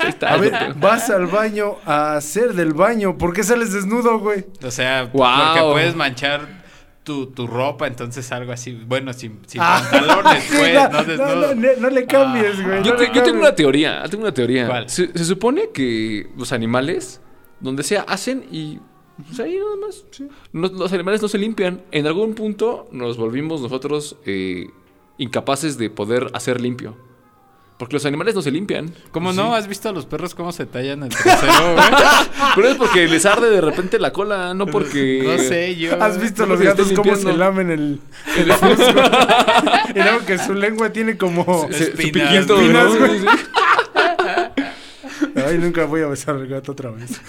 [SPEAKER 4] Ahí está,
[SPEAKER 3] A
[SPEAKER 4] es lo
[SPEAKER 3] ver,
[SPEAKER 4] peor.
[SPEAKER 3] vas al baño a hacer del baño. ¿Por qué sales desnudo, güey?
[SPEAKER 2] O sea,
[SPEAKER 4] Guau.
[SPEAKER 2] porque puedes manchar tu, tu ropa, entonces algo así. Bueno, sin, sin
[SPEAKER 3] Ah,
[SPEAKER 2] pantalones,
[SPEAKER 3] sí,
[SPEAKER 2] pues,
[SPEAKER 3] no,
[SPEAKER 2] no
[SPEAKER 3] no,
[SPEAKER 2] desnudo. Ah.
[SPEAKER 3] no, no le cambies, güey.
[SPEAKER 4] Yo,
[SPEAKER 3] no
[SPEAKER 4] te-
[SPEAKER 3] le
[SPEAKER 4] yo tengo
[SPEAKER 3] cambies.
[SPEAKER 4] una teoría, tengo una teoría.
[SPEAKER 2] ¿Cuál?
[SPEAKER 4] Se, se supone que los animales, donde sea, hacen y... pues, ahí nada más. No- los animales no se limpian. En algún punto nos volvimos nosotros eh, incapaces de poder hacer limpio. Porque los animales no se limpian.
[SPEAKER 2] ¿Cómo no? ¿Has visto a los perros cómo se tallan el trasero, güey?
[SPEAKER 4] Pero es porque les arde de repente la cola, no porque.
[SPEAKER 2] No sé, yo.
[SPEAKER 3] ¿Has visto
[SPEAKER 4] no
[SPEAKER 3] los
[SPEAKER 4] me estoy
[SPEAKER 3] gatos cómo se
[SPEAKER 4] limpiando.
[SPEAKER 3] lamen el, el pus, güey? Y luego que su lengua tiene como...
[SPEAKER 4] Se- su
[SPEAKER 2] Espinas,
[SPEAKER 4] piquito,
[SPEAKER 3] espinas,
[SPEAKER 4] ¿no?
[SPEAKER 3] güey.
[SPEAKER 4] Sí,
[SPEAKER 3] Ay, nunca voy a besar al gato otra vez.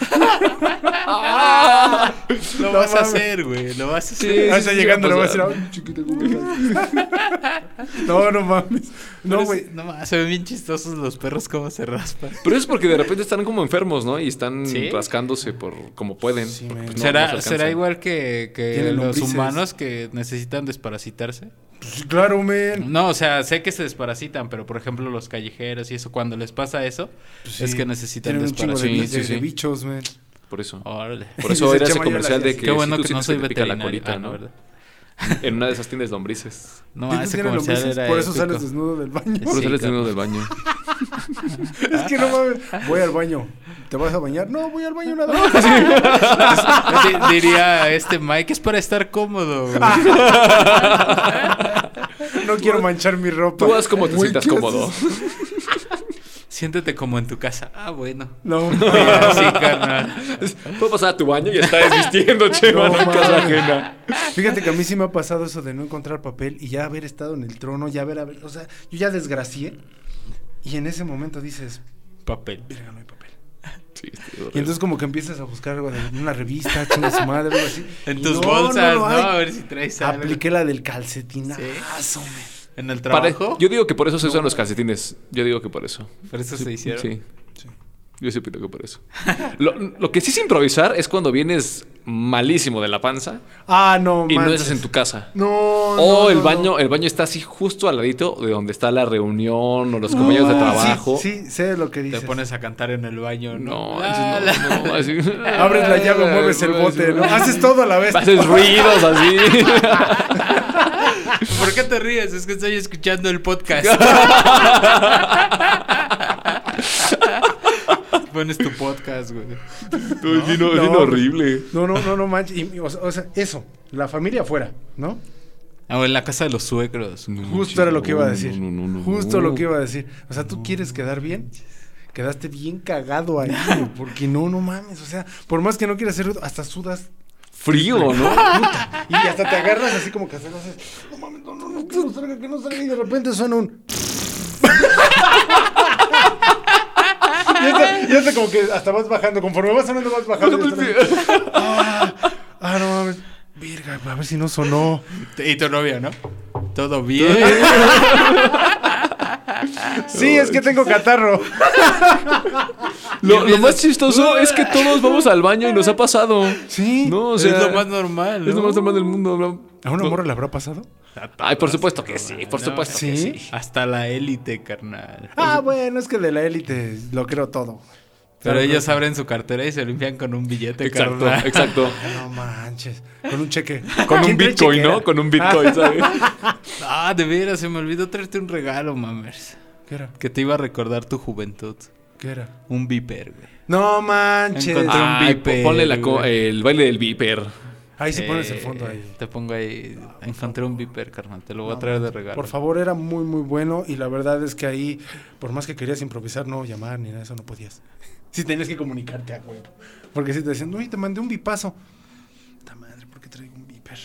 [SPEAKER 2] Lo
[SPEAKER 3] No
[SPEAKER 2] vas a
[SPEAKER 3] mames.
[SPEAKER 2] hacer, güey. Lo vas a
[SPEAKER 4] Sí,
[SPEAKER 2] hacer.
[SPEAKER 3] Ah,
[SPEAKER 4] sí,
[SPEAKER 3] está
[SPEAKER 4] sí,
[SPEAKER 3] llegando, le
[SPEAKER 4] va
[SPEAKER 3] voy
[SPEAKER 4] a
[SPEAKER 3] a decir, "Ay, chiquita, ¿cómo estás?" No, no mames. No,
[SPEAKER 2] Pero
[SPEAKER 3] güey.
[SPEAKER 2] es- No mames, se ven bien chistosos los perros cómo se raspan.
[SPEAKER 4] Pero es porque de repente están como enfermos, ¿no? Y están
[SPEAKER 2] ¿Sí?
[SPEAKER 4] rascándose por como pueden.
[SPEAKER 3] Sí,
[SPEAKER 4] porque,
[SPEAKER 3] man.
[SPEAKER 4] pues, no-
[SPEAKER 2] ¿Será,
[SPEAKER 4] no se alcanzan.
[SPEAKER 2] ¿Será igual que, que
[SPEAKER 3] Tienen
[SPEAKER 2] los
[SPEAKER 3] lombrices.
[SPEAKER 2] humanos que necesitan desparasitarse?
[SPEAKER 3] Pues, claro, men.
[SPEAKER 2] No, o sea, sé que se desparasitan, pero por ejemplo los callejeros y eso, cuando les pasa eso,
[SPEAKER 3] Pues, sí.
[SPEAKER 2] es que necesitan
[SPEAKER 3] Tienen un chingo de,
[SPEAKER 2] desparasitarse.
[SPEAKER 4] Sí,
[SPEAKER 3] de-
[SPEAKER 4] sí,
[SPEAKER 3] de
[SPEAKER 4] sí.
[SPEAKER 3] bichos, men.
[SPEAKER 4] Por eso.
[SPEAKER 2] Órale.
[SPEAKER 4] Por
[SPEAKER 3] Y
[SPEAKER 4] eso
[SPEAKER 3] se
[SPEAKER 4] era ese
[SPEAKER 3] llama ya la
[SPEAKER 4] comercial de
[SPEAKER 3] ciencia.
[SPEAKER 4] que.
[SPEAKER 2] Qué bueno
[SPEAKER 4] si tú
[SPEAKER 2] que no
[SPEAKER 4] sientes
[SPEAKER 2] soy
[SPEAKER 4] te pica la
[SPEAKER 2] veterinario.
[SPEAKER 4] colita,
[SPEAKER 2] Ah, no,
[SPEAKER 4] ¿no?
[SPEAKER 2] ¿verdad?
[SPEAKER 4] En una de esas tienes lombrices.
[SPEAKER 2] No,
[SPEAKER 3] ¿Tienes-
[SPEAKER 2] ese
[SPEAKER 3] tienen
[SPEAKER 2] comercial
[SPEAKER 3] lombrices?
[SPEAKER 2] era
[SPEAKER 3] Por eso
[SPEAKER 2] épico.
[SPEAKER 3] sales desnudo del baño.
[SPEAKER 4] Por
[SPEAKER 2] Sí,
[SPEAKER 4] eso
[SPEAKER 2] claro.
[SPEAKER 4] eres digno del baño.
[SPEAKER 3] Es que no mames. Voy al baño. ¿Te vas a bañar? No, voy al baño nada más.
[SPEAKER 2] Di- Diría este Mike, es para estar cómodo. güey.
[SPEAKER 3] No quiero manchar mi ropa.
[SPEAKER 4] Tú haz como te
[SPEAKER 3] Güey,
[SPEAKER 4] sientas
[SPEAKER 3] ¿qué
[SPEAKER 4] cómodo.
[SPEAKER 3] haces?
[SPEAKER 2] Siéntete como en tu casa. Ah, bueno.
[SPEAKER 3] No,
[SPEAKER 2] Ah, sí, carnal.
[SPEAKER 4] Puedo pasar a tu baño y está desvistiendo, che,
[SPEAKER 3] No,
[SPEAKER 4] mano, en
[SPEAKER 3] mames.
[SPEAKER 4] casa ajena.
[SPEAKER 3] Fíjate que a mí sí me ha pasado eso de no encontrar papel y ya haber estado en el trono, ya haber, haber- o sea, yo ya desgracié y en ese momento dices,
[SPEAKER 2] Papel.
[SPEAKER 3] verga, no hay papel.
[SPEAKER 4] Sí, está
[SPEAKER 3] Y
[SPEAKER 4] horrible.
[SPEAKER 3] entonces como que empiezas a buscar algo de una revista, chinga su madre, algo así.
[SPEAKER 2] En
[SPEAKER 3] Y
[SPEAKER 2] tus
[SPEAKER 3] no,
[SPEAKER 2] bolsas, no,
[SPEAKER 3] no lo
[SPEAKER 2] A
[SPEAKER 3] hay.
[SPEAKER 2] ver si traes algo.
[SPEAKER 3] Apliqué la del calcetinazo, men.
[SPEAKER 2] En el
[SPEAKER 4] Pare-
[SPEAKER 2] trabajo.
[SPEAKER 4] Yo digo que por eso se usan los calcetines. Yo digo que por eso.
[SPEAKER 2] Por eso se hicieron.
[SPEAKER 4] Sí.
[SPEAKER 3] Sí.
[SPEAKER 4] Yo sí opino que por eso. Lo, lo que sí es improvisar es cuando vienes malísimo de la panza
[SPEAKER 3] Ah, no,
[SPEAKER 4] y no
[SPEAKER 3] manches.
[SPEAKER 4] estás en tu casa.
[SPEAKER 3] No,
[SPEAKER 4] O
[SPEAKER 3] no,
[SPEAKER 4] el
[SPEAKER 3] no,
[SPEAKER 4] baño,
[SPEAKER 3] no.
[SPEAKER 4] el baño está así justo al ladito de donde está la reunión o los compañeros de
[SPEAKER 3] Ah,
[SPEAKER 4] trabajo.
[SPEAKER 3] Sí, sí, sé lo que
[SPEAKER 2] Te
[SPEAKER 3] dices.
[SPEAKER 2] pones a cantar en el baño, ¿no?
[SPEAKER 4] No,
[SPEAKER 2] Ah,
[SPEAKER 4] así no, no, así-
[SPEAKER 3] Abres la llave, mueves el bote, ¿no? Haces todo a la vez.
[SPEAKER 4] Haces ruidos así.
[SPEAKER 2] ¿Por qué te ríes? Es que estoy escuchando el podcast. Pones tu podcast, güey.
[SPEAKER 4] No, es bien- es bien
[SPEAKER 3] No.
[SPEAKER 4] horrible.
[SPEAKER 3] No, no, no, no manches. Y- y, o sea- o sea, eso, la familia afuera, ¿no?
[SPEAKER 2] Ah, en la casa de los suegros.
[SPEAKER 3] Justo era lo que iba a decir.
[SPEAKER 4] No, no, no, no,
[SPEAKER 3] Justo
[SPEAKER 4] no.
[SPEAKER 3] lo que iba a decir. O sea, tú quieres quedar bien. Quedaste bien cagado ahí, güey, porque no, no mames. O sea, por más que no quieras hacer ruido, hasta sudas
[SPEAKER 4] Frío, ¿no?
[SPEAKER 3] y hasta te agarras así como que hasta le haces, no mames, no, no, no, que no salga, que no salga, y de repente suena un. y hasta, y hasta como que hasta vas bajando, conforme vas sonando, vas bajando. y hasta- ah, ah, no mames. Virga, a ver si no sonó.
[SPEAKER 2] Y tu novia, ¿no? Todo bien.
[SPEAKER 3] Sí, es que tengo catarro.
[SPEAKER 4] Lo, lo más chistoso es que todos vamos al baño y nos ha pasado.
[SPEAKER 3] Sí.
[SPEAKER 4] No, o sea,
[SPEAKER 2] es lo más normal. ¿no?
[SPEAKER 4] es lo más normal del mundo. ¿no?
[SPEAKER 3] ¿A una morra le habrá pasado?
[SPEAKER 4] Ay, por supuesto que sí, por supuesto
[SPEAKER 2] Ah,
[SPEAKER 4] que
[SPEAKER 3] ¿Sí?
[SPEAKER 4] sí.
[SPEAKER 2] Hasta la élite, carnal.
[SPEAKER 3] Ah, bueno, es que de la élite lo creo todo.
[SPEAKER 2] Pero ellos abren su cartera y se limpian con un billete,
[SPEAKER 4] Exacto,
[SPEAKER 2] carnal.
[SPEAKER 4] exacto.
[SPEAKER 3] Ah, No manches. Con un cheque.
[SPEAKER 4] Con un
[SPEAKER 3] ¿Quién trae
[SPEAKER 4] Bitcoin,
[SPEAKER 3] chequera?
[SPEAKER 4] ¿no? Con un Bitcoin, ¿sabes?
[SPEAKER 2] Ah, de veras, se me olvidó traerte un regalo, mamers.
[SPEAKER 3] ¿Qué era?
[SPEAKER 2] Que te iba a recordar tu juventud.
[SPEAKER 3] ¿Qué era?
[SPEAKER 2] Un viper, güey.
[SPEAKER 3] No manches.
[SPEAKER 2] Encontré un
[SPEAKER 4] Ay, po-
[SPEAKER 2] viper,
[SPEAKER 4] ponle la co-
[SPEAKER 2] güey.
[SPEAKER 4] el baile del viper.
[SPEAKER 3] Ahí sí pones el
[SPEAKER 2] Eh,
[SPEAKER 3] fondo ahí.
[SPEAKER 2] Te pongo ahí. Encontré un viper, carnal. Te lo voy a traer de regalo.
[SPEAKER 3] Por favor, era muy, muy bueno. Y la verdad es que ahí, por más que querías improvisar, no llamar ni nada, de eso no podías. Sí tenías que comunicarte a huevo. Porque si te decían, oye, te mandé un bipazo. Puta madre, ¿por qué traigo un viper?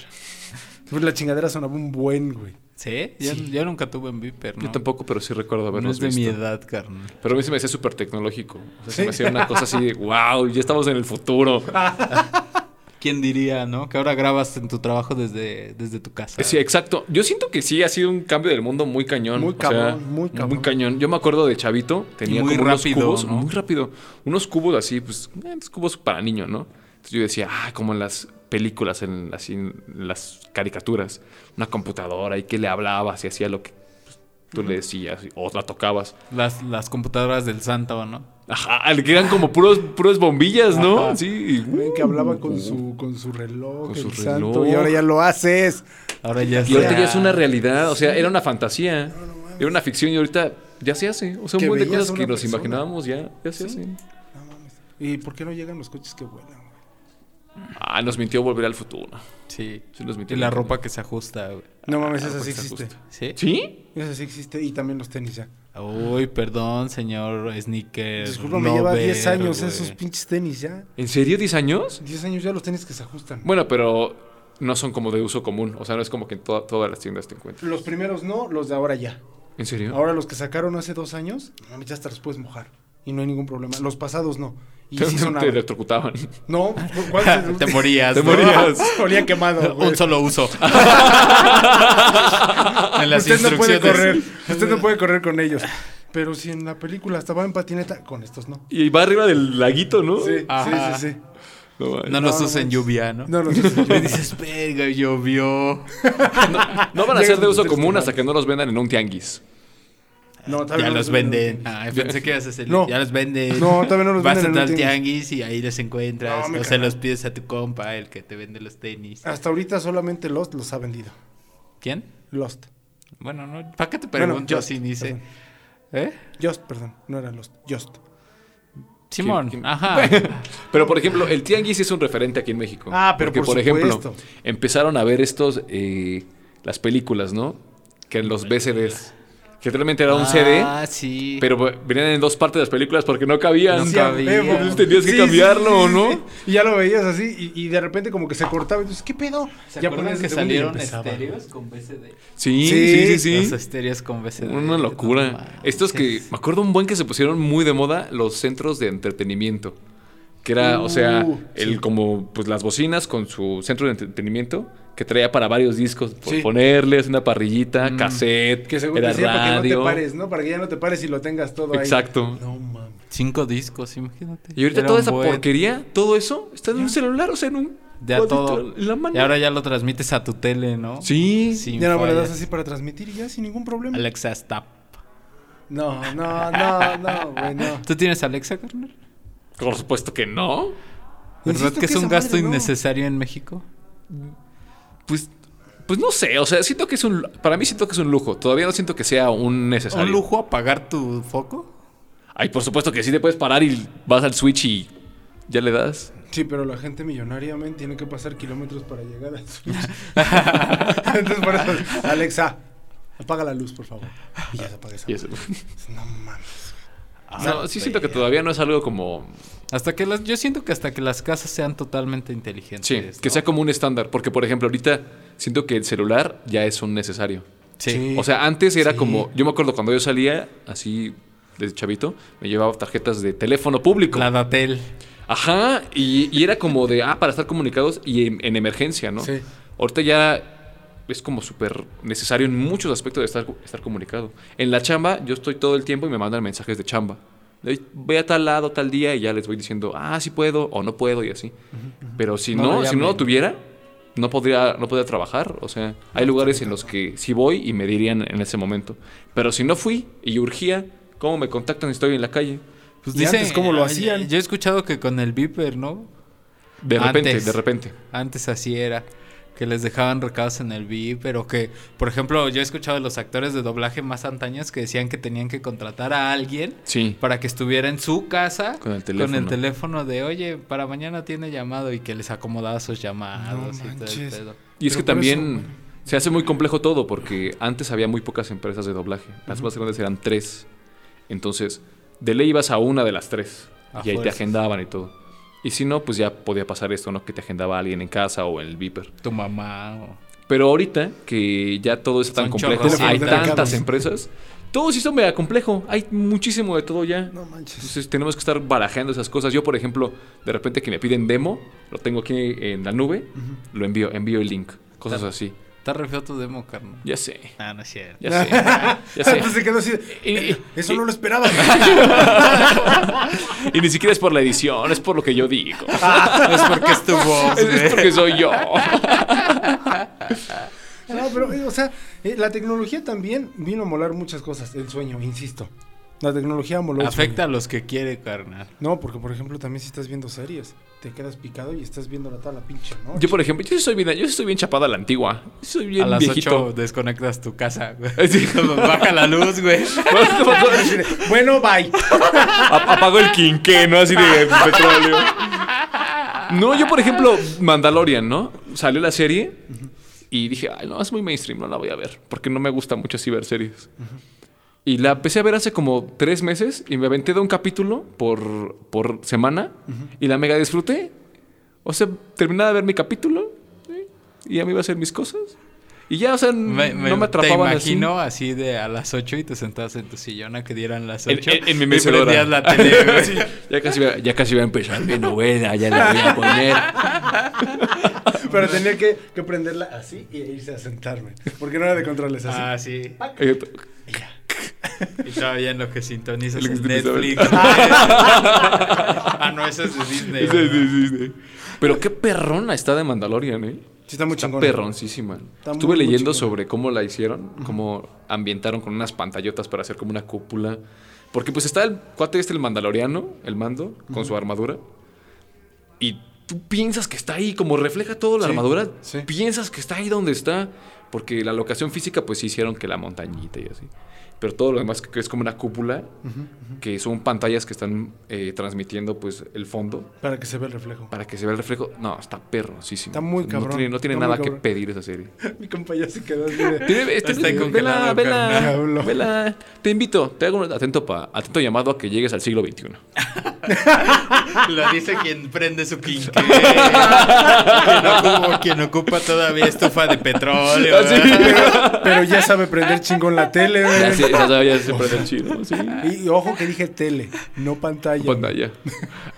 [SPEAKER 3] Pues la chingadera sonaba un buen, güey.
[SPEAKER 2] ¿Sí? Yo,
[SPEAKER 3] Sí.
[SPEAKER 2] yo nunca tuve un viper, ¿no?
[SPEAKER 4] Yo tampoco, pero sí recuerdo
[SPEAKER 2] No es
[SPEAKER 4] haberlos
[SPEAKER 2] de mi
[SPEAKER 4] visto.
[SPEAKER 2] edad, carnal.
[SPEAKER 4] Pero a mí se me hacía súper tecnológico. O
[SPEAKER 3] ¿Sí?
[SPEAKER 4] sea,
[SPEAKER 3] Ah.
[SPEAKER 4] se me hacía una cosa así de, wow, ya estamos en el futuro.
[SPEAKER 2] ¿Quién diría, no? Que ahora grabas en tu trabajo desde, desde tu casa.
[SPEAKER 4] Sí, exacto. Yo siento que sí ha sido un cambio del mundo muy cañón.
[SPEAKER 3] Muy
[SPEAKER 4] O sea,
[SPEAKER 3] cabrón, muy cabrón.
[SPEAKER 4] cañón. Yo me acuerdo de Chavito, tenía
[SPEAKER 2] muy
[SPEAKER 4] como unos
[SPEAKER 2] rápido,
[SPEAKER 4] cubos,
[SPEAKER 2] ¿no?
[SPEAKER 4] muy rápido. Unos cubos así, pues, eh, unos cubos para niño, ¿no? Entonces yo decía, ah, como en las películas, en, así, en las caricaturas. Una computadora y que le hablabas y hacía lo que pues, tú le decías y- o la tocabas.
[SPEAKER 2] Las, las computadoras del Santo, ¿no?
[SPEAKER 4] Ajá, le quedan como puros, puros bombillas, ¿no?
[SPEAKER 2] Ajá.
[SPEAKER 4] Sí. y- uh,
[SPEAKER 3] Ven que hablaba con su, con su reloj,
[SPEAKER 4] Con
[SPEAKER 3] el
[SPEAKER 4] su
[SPEAKER 3] santo,
[SPEAKER 4] reloj.
[SPEAKER 3] y ahora ya lo haces.
[SPEAKER 2] Ahora ya
[SPEAKER 4] Y ahorita ya es una realidad, o sea, era una fantasía, era una ficción y ahorita ya se hace. O sea,
[SPEAKER 3] Que
[SPEAKER 4] un buen de
[SPEAKER 3] veías
[SPEAKER 4] cosas
[SPEAKER 3] a
[SPEAKER 4] que
[SPEAKER 3] una
[SPEAKER 4] nos
[SPEAKER 3] persona.
[SPEAKER 4] imaginábamos ya, ya se hacen.
[SPEAKER 3] No mames. ¿Y por qué no llegan los coches que vuelan? güey?
[SPEAKER 4] Ah, nos mintió volver al futuro.
[SPEAKER 2] Sí.
[SPEAKER 4] Sí, nos
[SPEAKER 2] Y
[SPEAKER 4] mintió.
[SPEAKER 2] la ropa que se ajusta, güey.
[SPEAKER 3] No mames, esa
[SPEAKER 2] Ah, pues
[SPEAKER 4] ropa
[SPEAKER 3] sí
[SPEAKER 4] que se
[SPEAKER 3] existe.
[SPEAKER 4] ajusta.
[SPEAKER 2] ¿Sí?
[SPEAKER 4] ¿Sí?
[SPEAKER 3] Esa sí existe y también los tenis ya.
[SPEAKER 2] Uy, perdón, señor Sneaker.
[SPEAKER 3] Disculpa, me
[SPEAKER 2] no
[SPEAKER 3] lleva
[SPEAKER 2] ver,
[SPEAKER 3] 10 años
[SPEAKER 2] güey.
[SPEAKER 3] esos pinches tenis ya.
[SPEAKER 4] ¿En serio? ¿10 años?
[SPEAKER 3] 10 años ya los tenis que se ajustan.
[SPEAKER 4] Bueno, pero no son como de uso común. O sea, no es como que en to- todas las tiendas te encuentran.
[SPEAKER 3] Los primeros no, los de ahora ya.
[SPEAKER 4] ¿En serio?
[SPEAKER 3] Ahora los que sacaron hace dos años, no mames, ya hasta los puedes mojar. Y no hay ningún problema. Los pasados no. Y
[SPEAKER 4] te,
[SPEAKER 3] sí
[SPEAKER 4] te-
[SPEAKER 3] sonaban.
[SPEAKER 4] te electrocutaban.
[SPEAKER 3] No, ¿cuál
[SPEAKER 2] Te morías.
[SPEAKER 4] Te
[SPEAKER 2] ¿no?
[SPEAKER 4] morías.
[SPEAKER 3] Olía quemado. güey.
[SPEAKER 2] Un solo uso. en las
[SPEAKER 3] Usted no puede
[SPEAKER 2] instrucciones.
[SPEAKER 3] correr. Usted no puede correr con ellos. Pero si en la película estaba en patineta, con estos no.
[SPEAKER 4] Y va arriba del laguito, ¿no?
[SPEAKER 3] Sí,
[SPEAKER 2] Ajá.
[SPEAKER 3] sí, sí, sí.
[SPEAKER 4] No, man.
[SPEAKER 2] No nos
[SPEAKER 3] No, no
[SPEAKER 2] usen
[SPEAKER 3] manches.
[SPEAKER 2] lluvia, ¿no?
[SPEAKER 3] No, no, sí, sí.
[SPEAKER 2] Me dices, verga, llovió.
[SPEAKER 4] No van a ser de
[SPEAKER 3] Llegas
[SPEAKER 4] uso
[SPEAKER 3] con tus
[SPEAKER 4] común
[SPEAKER 3] tenis
[SPEAKER 4] hasta que no los vendan en un tianguis.
[SPEAKER 3] No, todavía
[SPEAKER 2] Ya
[SPEAKER 3] no
[SPEAKER 2] los venden. Ay, pensé que ibas a hacer.
[SPEAKER 3] No.
[SPEAKER 2] Ya los venden.
[SPEAKER 3] No, todavía no los
[SPEAKER 2] Vas
[SPEAKER 3] venden en
[SPEAKER 2] a
[SPEAKER 3] un
[SPEAKER 2] tal tianguis y ahí los encuentras.
[SPEAKER 3] No, me Ah.
[SPEAKER 2] o se
[SPEAKER 3] cago.
[SPEAKER 2] los pides a tu compa, el que te vende los tenis.
[SPEAKER 3] Hasta ahorita solamente Lost los ha vendido.
[SPEAKER 2] ¿Quién?
[SPEAKER 3] Lost.
[SPEAKER 2] Bueno, no. ¿Para qué te
[SPEAKER 3] Bueno,
[SPEAKER 2] pregunto
[SPEAKER 3] Just,
[SPEAKER 2] si ni sé?
[SPEAKER 3] perdón.
[SPEAKER 2] ¿Eh?
[SPEAKER 3] Just, perdón. No era Lost. Just.
[SPEAKER 2] Simón,
[SPEAKER 4] quién?
[SPEAKER 2] ajá.
[SPEAKER 4] Pero, por ejemplo, el tianguis es un referente aquí en México.
[SPEAKER 3] Ah, pero
[SPEAKER 4] Porque,
[SPEAKER 3] por
[SPEAKER 4] ejemplo,
[SPEAKER 3] supuesto.
[SPEAKER 4] empezaron a ver estos, eh, las películas, ¿no? Que en los VCDs. Que realmente era un CD,
[SPEAKER 2] Ah, sí.
[SPEAKER 4] pero venían en dos partes de las películas porque no cabían.
[SPEAKER 2] No cabían.
[SPEAKER 3] huevo.
[SPEAKER 2] Entonces
[SPEAKER 4] Eh, pues, tenías que cambiarlo, ¿no?
[SPEAKER 3] Y ya lo veías así y, y de repente como que se cortaba. Entonces, ¿qué pedo?
[SPEAKER 2] ¿Se
[SPEAKER 3] ya
[SPEAKER 2] acuerdan
[SPEAKER 3] ponías
[SPEAKER 2] que
[SPEAKER 3] el segundo y
[SPEAKER 2] salieron
[SPEAKER 3] empezaba.
[SPEAKER 2] estéreos con BCD?
[SPEAKER 4] Sí,
[SPEAKER 3] Sí,
[SPEAKER 4] sí, sí, sí.
[SPEAKER 2] Los estéreos con BCD.
[SPEAKER 3] Este,
[SPEAKER 4] Una locura.
[SPEAKER 2] No manches.
[SPEAKER 4] Estos que. Me acuerdo un buen que se pusieron muy de moda los centros de entretenimiento. Que era, o sea,
[SPEAKER 3] Uh,
[SPEAKER 4] el como pues las bocinas con su centro de entretenimiento que traía para varios discos, por
[SPEAKER 3] Sí. Mm.
[SPEAKER 4] ponerles una parrillita, cassette,
[SPEAKER 3] Que según
[SPEAKER 4] era
[SPEAKER 3] decía, para que
[SPEAKER 4] radio.
[SPEAKER 3] no te pares, ¿no? Para que ya no te pares y lo tengas todo ahí.
[SPEAKER 4] Exacto.
[SPEAKER 3] No mames.
[SPEAKER 2] Cinco discos, imagínate.
[SPEAKER 4] Y ahorita
[SPEAKER 2] Era
[SPEAKER 4] toda
[SPEAKER 2] un
[SPEAKER 4] esa
[SPEAKER 2] buen-
[SPEAKER 4] porquería, todo eso está en un celular, o sea, en un
[SPEAKER 2] Ya
[SPEAKER 4] cuadrito
[SPEAKER 2] todo.
[SPEAKER 4] en Pues, la mano.
[SPEAKER 2] Y ahora ya lo transmites a tu tele, ¿no?
[SPEAKER 4] Sí.
[SPEAKER 2] Sin
[SPEAKER 3] Ya no me lo
[SPEAKER 2] falla.
[SPEAKER 3] das así para transmitir y ya sin ningún problema.
[SPEAKER 2] Alexa, stop.
[SPEAKER 3] No, no, no, no, güey, no.
[SPEAKER 2] ¿Tú tienes Alexa, carnal?
[SPEAKER 4] Por supuesto que no.
[SPEAKER 2] ¿Verdad
[SPEAKER 3] Insisto
[SPEAKER 2] que,
[SPEAKER 3] que
[SPEAKER 2] es un
[SPEAKER 3] esa
[SPEAKER 2] gasto
[SPEAKER 3] madre no.
[SPEAKER 2] innecesario en México?
[SPEAKER 4] Pues pues no sé, o sea, siento que es un para mí siento que es un lujo, todavía no siento que sea un necesario.
[SPEAKER 2] ¿Un lujo apagar tu foco?
[SPEAKER 4] Ay, por supuesto que sí te puedes parar y vas al Switch y ya le das.
[SPEAKER 3] Sí, pero la gente millonaria, men, tiene que pasar kilómetros para llegar al Switch. Entonces, por eso, Alexa, apaga la luz, por favor. Y ya se apaga esa.
[SPEAKER 4] Y eso.
[SPEAKER 3] No mames. Ah,
[SPEAKER 4] No, sí siento que todavía no es algo como...
[SPEAKER 2] Hasta que las, yo siento que hasta que las casas sean totalmente inteligentes.
[SPEAKER 4] Sí, que
[SPEAKER 2] ¿no?
[SPEAKER 4] sea como un estándar. Porque, por ejemplo, ahorita siento que el celular ya es un necesario.
[SPEAKER 2] Sí.
[SPEAKER 3] Sí.
[SPEAKER 4] O sea, antes era como... Yo me acuerdo cuando yo salía así de chavito, me llevaba tarjetas de teléfono público.
[SPEAKER 2] La Datel.
[SPEAKER 4] Ajá, y, y era como de, ah, para estar comunicados y en, en emergencia, ¿no?
[SPEAKER 3] Sí.
[SPEAKER 4] Ahorita ya es como súper necesario en muchos aspectos de estar, estar comunicado. En la chamba, yo estoy todo el tiempo y me mandan mensajes de chamba. De, Voy a tal lado, tal día, y ya les voy diciendo, ah, sí puedo o no puedo, y así. Pero si
[SPEAKER 2] No,
[SPEAKER 4] no,
[SPEAKER 2] ya
[SPEAKER 4] si no
[SPEAKER 2] me-
[SPEAKER 4] lo tuviera, no podría, no podría trabajar. O sea, hay lugares en los que sí voy y me dirían en ese momento. Pero si no fui y urgía, ¿cómo me contactan si estoy en la calle?
[SPEAKER 2] Pues
[SPEAKER 3] ¿Y antes cómo lo hacían?
[SPEAKER 2] Yo he escuchado que con el Viper, ¿no?
[SPEAKER 4] De repente,
[SPEAKER 2] Antes.
[SPEAKER 4] de repente.
[SPEAKER 2] Antes así era. Que les dejaban recados en el Viper o que, por ejemplo, yo he escuchado de los actores de doblaje más antaños que decían que tenían que contratar a alguien
[SPEAKER 4] Sí.
[SPEAKER 2] para que estuviera en su casa
[SPEAKER 4] Con el teléfono.
[SPEAKER 2] teléfono de, oye, para mañana tiene llamado y que les acomodaba sus llamados
[SPEAKER 3] No
[SPEAKER 2] y todo el
[SPEAKER 3] manches.
[SPEAKER 2] pedo.
[SPEAKER 4] Y es que
[SPEAKER 3] Pero por eso,
[SPEAKER 4] también se hace muy complejo todo porque antes había muy pocas empresas de doblaje. Las más grandes eran tres. Entonces, de ley ibas a una de las tres.
[SPEAKER 2] A
[SPEAKER 4] y ahí te
[SPEAKER 2] fuerzas.
[SPEAKER 4] agendaban y todo. Y si no, pues ya podía pasar esto, ¿no? Que te agendaba alguien en casa o en el Viper.
[SPEAKER 2] Tu mamá o...
[SPEAKER 4] Pero ahorita que ya todo es tan
[SPEAKER 2] Son
[SPEAKER 4] complejo,
[SPEAKER 2] chorros, sí.
[SPEAKER 4] hay
[SPEAKER 3] Mercados.
[SPEAKER 4] tantas empresas. Todo se hizo mega complejo. Hay muchísimo de todo ya.
[SPEAKER 3] No manches.
[SPEAKER 4] Entonces tenemos que estar barajando esas cosas. Yo, por ejemplo, de repente que me piden demo, lo tengo aquí en la nube, lo envío, envío el link, cosas
[SPEAKER 2] Claro.
[SPEAKER 4] así.
[SPEAKER 2] Está re feo tu demo, carnal.
[SPEAKER 4] Ya sé,
[SPEAKER 2] Ah, no es cierto.
[SPEAKER 4] ya sé, ya sé.
[SPEAKER 3] Entonces se quedó así.
[SPEAKER 4] Y,
[SPEAKER 3] Eso no lo esperaba.
[SPEAKER 4] y ni siquiera es por la edición, es por lo que yo digo.
[SPEAKER 2] Ah, es porque es tu voz,
[SPEAKER 4] Es, es
[SPEAKER 2] güey.
[SPEAKER 4] porque soy yo.
[SPEAKER 3] No, pero, eh, o sea, eh, la tecnología también vino a molar muchas cosas. El sueño, insisto. La tecnología moló. el
[SPEAKER 2] Afecta
[SPEAKER 3] sueño.
[SPEAKER 2] a los que quiere, carnal.
[SPEAKER 3] No, porque por ejemplo, también si estás viendo series, te quedas picado y estás viendo la tabla pinche, ¿no?
[SPEAKER 4] Yo, por ejemplo, yo sí soy bien, yo sí soy bien chapada a la antigua. Yo Soy bien
[SPEAKER 2] A las
[SPEAKER 4] viejito.
[SPEAKER 2] 8 desconectas tu casa, güey.
[SPEAKER 4] Sí.
[SPEAKER 2] Baja la luz, güey.
[SPEAKER 3] Bueno, bye.
[SPEAKER 4] A- Apago el quinqué, ¿no? Así de petróleo. No, yo, por ejemplo, Mandalorian, ¿no? Salió la serie y dije, ay, no, es muy mainstream, no la voy a ver. Porque no me gusta mucho así ver series. Y la empecé a ver hace como tres meses y me aventé de un capítulo por, por semana y la mega disfruté. O sea, terminaba de ver mi capítulo ¿sí? y ya me iba a hacer mis cosas. Y ya, o sea, n- no me atrapaban
[SPEAKER 2] Te
[SPEAKER 4] así.
[SPEAKER 2] imagino así de a las 8 y te sentabas en tu sillón a que dieran las
[SPEAKER 4] En-
[SPEAKER 2] 8.
[SPEAKER 4] en- en mi
[SPEAKER 2] y
[SPEAKER 4] mecedora.
[SPEAKER 2] prendías la tele, güey.
[SPEAKER 4] Ya casi, iba- ya casi iba a empezar mi novela, ya la voy a poner.
[SPEAKER 3] Pero tenía que, que prenderla así y e irse a sentarme. Porque no era de controles así.
[SPEAKER 2] Ah, sí.
[SPEAKER 4] Eh,
[SPEAKER 2] Y todavía en lo que sintonizas
[SPEAKER 4] El que
[SPEAKER 2] en Netflix.
[SPEAKER 4] sintonizaba.
[SPEAKER 2] ah, no, eso es de Disney.
[SPEAKER 4] sí, sí, sí, sí. Pero qué perrona está de Mandalorian, ¿eh?
[SPEAKER 3] Sí, está muy
[SPEAKER 4] Está
[SPEAKER 3] chingón.
[SPEAKER 4] perroncísima.
[SPEAKER 3] Está muy,
[SPEAKER 4] Estuve
[SPEAKER 3] muy
[SPEAKER 4] leyendo
[SPEAKER 3] chingona.
[SPEAKER 4] sobre cómo la hicieron, cómo ambientaron con unas pantallotas para hacer como una cúpula. Porque pues está el cuate este, el mandaloriano, el mando, con su armadura. Y tú piensas que está ahí, como refleja toda la
[SPEAKER 3] Sí,
[SPEAKER 4] armadura,
[SPEAKER 3] sí.
[SPEAKER 4] piensas que está ahí donde está. Porque la locación física pues sí hicieron que la montañita y así. Pero todo lo demás que es como una cúpula, que son pantallas que están eh, transmitiendo pues el fondo
[SPEAKER 3] Para que se vea el reflejo.
[SPEAKER 4] para que se vea el reflejo. No, está perrosísimo.
[SPEAKER 3] Está muy cabrón,
[SPEAKER 4] No tiene, no tiene
[SPEAKER 3] está muy
[SPEAKER 4] nada que
[SPEAKER 3] cabrón.
[SPEAKER 4] pedir esa serie.
[SPEAKER 3] Mi compa ya se quedó así de...
[SPEAKER 4] Tiene, este-
[SPEAKER 2] Está
[SPEAKER 4] vela,
[SPEAKER 2] congelado,
[SPEAKER 4] vela,
[SPEAKER 3] carnal.
[SPEAKER 4] vela. Te invito, te hago un atento, pa- atento llamado a que llegues al siglo XXI.
[SPEAKER 2] Lo dice quien prende su quinqué. quien, ocupa, quien ocupa todavía estufa de petróleo.
[SPEAKER 4] Así.
[SPEAKER 2] ¿verdad?
[SPEAKER 3] Pero ya sabe prender chingón la tele,
[SPEAKER 4] Ya
[SPEAKER 3] güey.
[SPEAKER 4] se, ya se- ya se prende el chino. Sí.
[SPEAKER 3] Y ojo que dije tele, no pantalla.
[SPEAKER 4] Pantalla.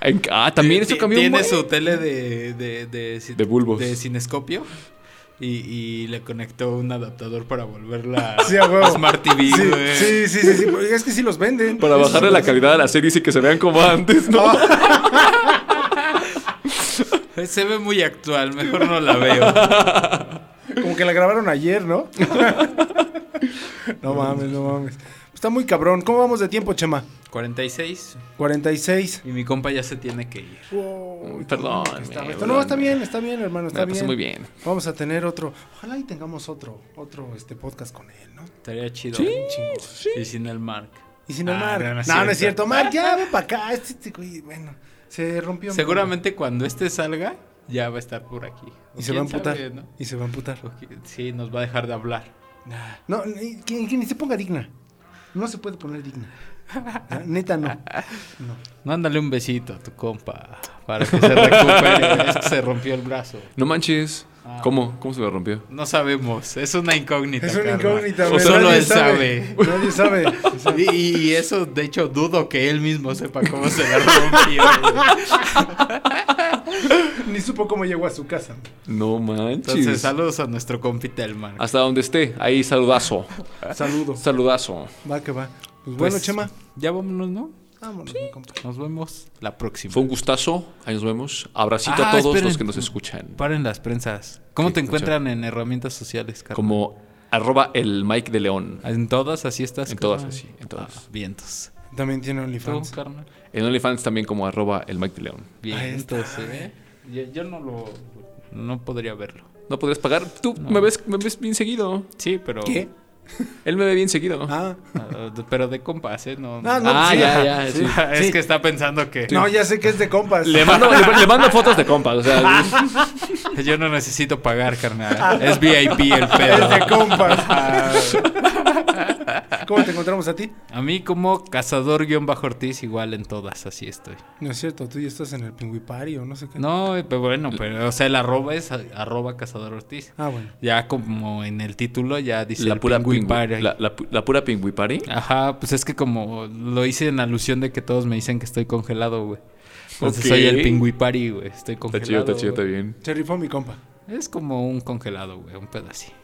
[SPEAKER 4] En- Ah, también eso
[SPEAKER 2] Ti-
[SPEAKER 4] cambió un
[SPEAKER 2] Tiene
[SPEAKER 4] buen.
[SPEAKER 2] su tele de... De, de, ci-
[SPEAKER 4] De bulbos.
[SPEAKER 2] De cinescopio. Y, y le conectó un adaptador para volverla
[SPEAKER 3] Sí, a huevo.
[SPEAKER 2] Smart TV,
[SPEAKER 3] Sí,
[SPEAKER 2] güey.
[SPEAKER 3] sí, sí, sí, sí, porque Es que sí los venden.
[SPEAKER 4] Para bajarle la calidad a la serie y que se vean como antes, ¿no?
[SPEAKER 3] Ah.
[SPEAKER 2] Se ve muy actual, mejor no la veo.
[SPEAKER 3] Como que la grabaron ayer, ¿no? no mames, no mames. Está muy cabrón. ¿Cómo vamos de tiempo, Chema?
[SPEAKER 2] 46
[SPEAKER 3] 46.
[SPEAKER 2] y mi compa ya se tiene que ir.
[SPEAKER 4] Uy, Perdón. me-
[SPEAKER 3] Esto no, está bien, está bien, hermano,
[SPEAKER 4] Me
[SPEAKER 3] está
[SPEAKER 4] la
[SPEAKER 3] bien.
[SPEAKER 4] pasé muy bien.
[SPEAKER 3] Vamos a tener otro. Ojalá y tengamos otro, otro este podcast con él, ¿no?
[SPEAKER 2] Estaría chido.
[SPEAKER 4] Sí,
[SPEAKER 2] ¿eh? Chingo.
[SPEAKER 4] sí.
[SPEAKER 2] Y sin el Mark.
[SPEAKER 3] Y sin
[SPEAKER 2] Ah,
[SPEAKER 3] el Mark.
[SPEAKER 2] no,
[SPEAKER 3] No,
[SPEAKER 2] no
[SPEAKER 3] no,
[SPEAKER 2] es
[SPEAKER 3] es
[SPEAKER 2] cierto.
[SPEAKER 3] cierto. Mark, ya ven para acá. Este, este güey, bueno, se rompió. mi
[SPEAKER 2] Seguramente cuando este salga, ya va a estar por aquí.
[SPEAKER 3] corazón. Y se va a
[SPEAKER 2] ¿Quién
[SPEAKER 3] amputar.
[SPEAKER 2] sabe, no?
[SPEAKER 3] Y se va a amputar.
[SPEAKER 2] O qui- Sí, nos va a dejar de hablar.
[SPEAKER 3] No, ni- que, que ni se ponga digna. No se puede poner digna. Ah, Neta, no. No.
[SPEAKER 2] Mándale un besito a tu compa para que se recupere. es que se rompió el brazo.
[SPEAKER 4] No manches.
[SPEAKER 3] Ah.
[SPEAKER 4] ¿Cómo? ¿Cómo se me rompió?
[SPEAKER 2] No sabemos, es una incógnita.
[SPEAKER 3] Es una
[SPEAKER 2] carnal.
[SPEAKER 3] incógnita,
[SPEAKER 2] O
[SPEAKER 3] güey.
[SPEAKER 2] solo
[SPEAKER 3] Nadie
[SPEAKER 2] él sabe.
[SPEAKER 3] Nadie sabe.
[SPEAKER 2] Y, y- y eso, de hecho, dudo que él mismo sepa cómo se la rompió. güey.
[SPEAKER 3] Ni supo cómo llegó a su casa.
[SPEAKER 4] No manches.
[SPEAKER 2] Entonces, saludos a nuestro compita el Mark.
[SPEAKER 4] Hasta donde esté. Ahí, saludazo.
[SPEAKER 3] Saludos.
[SPEAKER 4] Saludazo.
[SPEAKER 3] Va que va. Pues,
[SPEAKER 2] Pues,
[SPEAKER 3] bueno, Chema.
[SPEAKER 2] Ya vámonos, ¿no?
[SPEAKER 3] Vámonos, mi compa.
[SPEAKER 2] Nos vemos la próxima.
[SPEAKER 4] Fue un gustazo. Ahí nos vemos. Abracito
[SPEAKER 2] Ah,
[SPEAKER 4] a todos
[SPEAKER 2] esperen.
[SPEAKER 4] los que nos escuchan.
[SPEAKER 2] Paren las prensas. ¿Cómo
[SPEAKER 4] Sí,
[SPEAKER 2] te encuentran en herramientas sociales, Carlos?
[SPEAKER 4] Como arroba el Mike de León.
[SPEAKER 2] En todas así estás.
[SPEAKER 4] En todas
[SPEAKER 2] carnal?
[SPEAKER 4] así, en todas.
[SPEAKER 2] Ah, vientos.
[SPEAKER 3] También tiene
[SPEAKER 2] ¿Tú,
[SPEAKER 3] OnlyFans.
[SPEAKER 2] carnal?
[SPEAKER 4] En OnlyFans también como arroba el Mike de León.
[SPEAKER 2] Vientos, ¿eh? Yo, yo no lo... No podría verlo.
[SPEAKER 4] No podrías pagar. Tú me, ves, me ves bien seguido.
[SPEAKER 2] Sí, pero...
[SPEAKER 3] ¿Qué?
[SPEAKER 4] Él me ve bien seguido.
[SPEAKER 3] Ah.
[SPEAKER 2] Ah, de- pero de compas, ¿eh? No,
[SPEAKER 3] Ah, no,
[SPEAKER 4] Ah,
[SPEAKER 3] sí,
[SPEAKER 4] ya,
[SPEAKER 3] ajá.
[SPEAKER 4] ya, sí.
[SPEAKER 2] es
[SPEAKER 3] sí.
[SPEAKER 2] que está pensando que
[SPEAKER 3] No, ya sé que es de compas.
[SPEAKER 4] Le mando, le- le mando fotos de compas. O sea,
[SPEAKER 2] yo no necesito pagar,
[SPEAKER 4] Ah,
[SPEAKER 2] carnal. Es VIP el
[SPEAKER 3] Es de
[SPEAKER 2] pedo.
[SPEAKER 3] compas. ¿Cómo te encontramos a ti?
[SPEAKER 2] A mí como cazador-ortiz igual en todas, así estoy.
[SPEAKER 3] No es cierto, tú ya estás en el pingüipario o no sé qué.
[SPEAKER 2] No, eh, pero bueno, pero, o sea, el arroba es a- arroba cazador ortiz.
[SPEAKER 3] Ah, bueno.
[SPEAKER 2] Ya como en el título ya dice
[SPEAKER 4] la
[SPEAKER 2] el
[SPEAKER 4] pura
[SPEAKER 2] Pingüin
[SPEAKER 4] pingüi-
[SPEAKER 2] Party.
[SPEAKER 4] La, la pu- la pura pingüi party.
[SPEAKER 2] Ajá, pues es que como lo hice en alusión de que todos me dicen que estoy congelado, güey. Entonces
[SPEAKER 4] Ok.
[SPEAKER 2] soy el pingüipari, güey. Estoy
[SPEAKER 4] Está
[SPEAKER 2] congelado.
[SPEAKER 4] chido, está chido, está
[SPEAKER 2] güey.
[SPEAKER 4] bien.
[SPEAKER 3] Se rifó mi compa.
[SPEAKER 2] Es como un congelado, güey, un pedacito.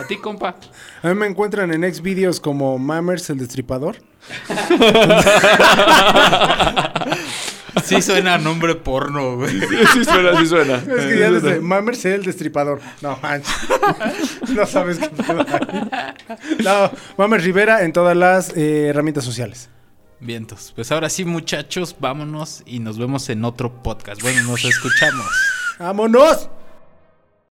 [SPEAKER 2] A ti, compa.
[SPEAKER 3] A mí me encuentran en Xvideos como Mammers el Destripador.
[SPEAKER 2] Sí suena a nombre porno, güey.
[SPEAKER 4] Sí suena, sí suena.
[SPEAKER 3] Es que ya desde Mammers el Destripador. No, manches. No sabes qué pedo hay. No, Mammers Rivera en todas las eh, herramientas sociales.
[SPEAKER 2] Vientos. Pues ahora sí, muchachos, vámonos y nos vemos en otro podcast. Bueno, nos escuchamos.
[SPEAKER 3] ¡Vámonos!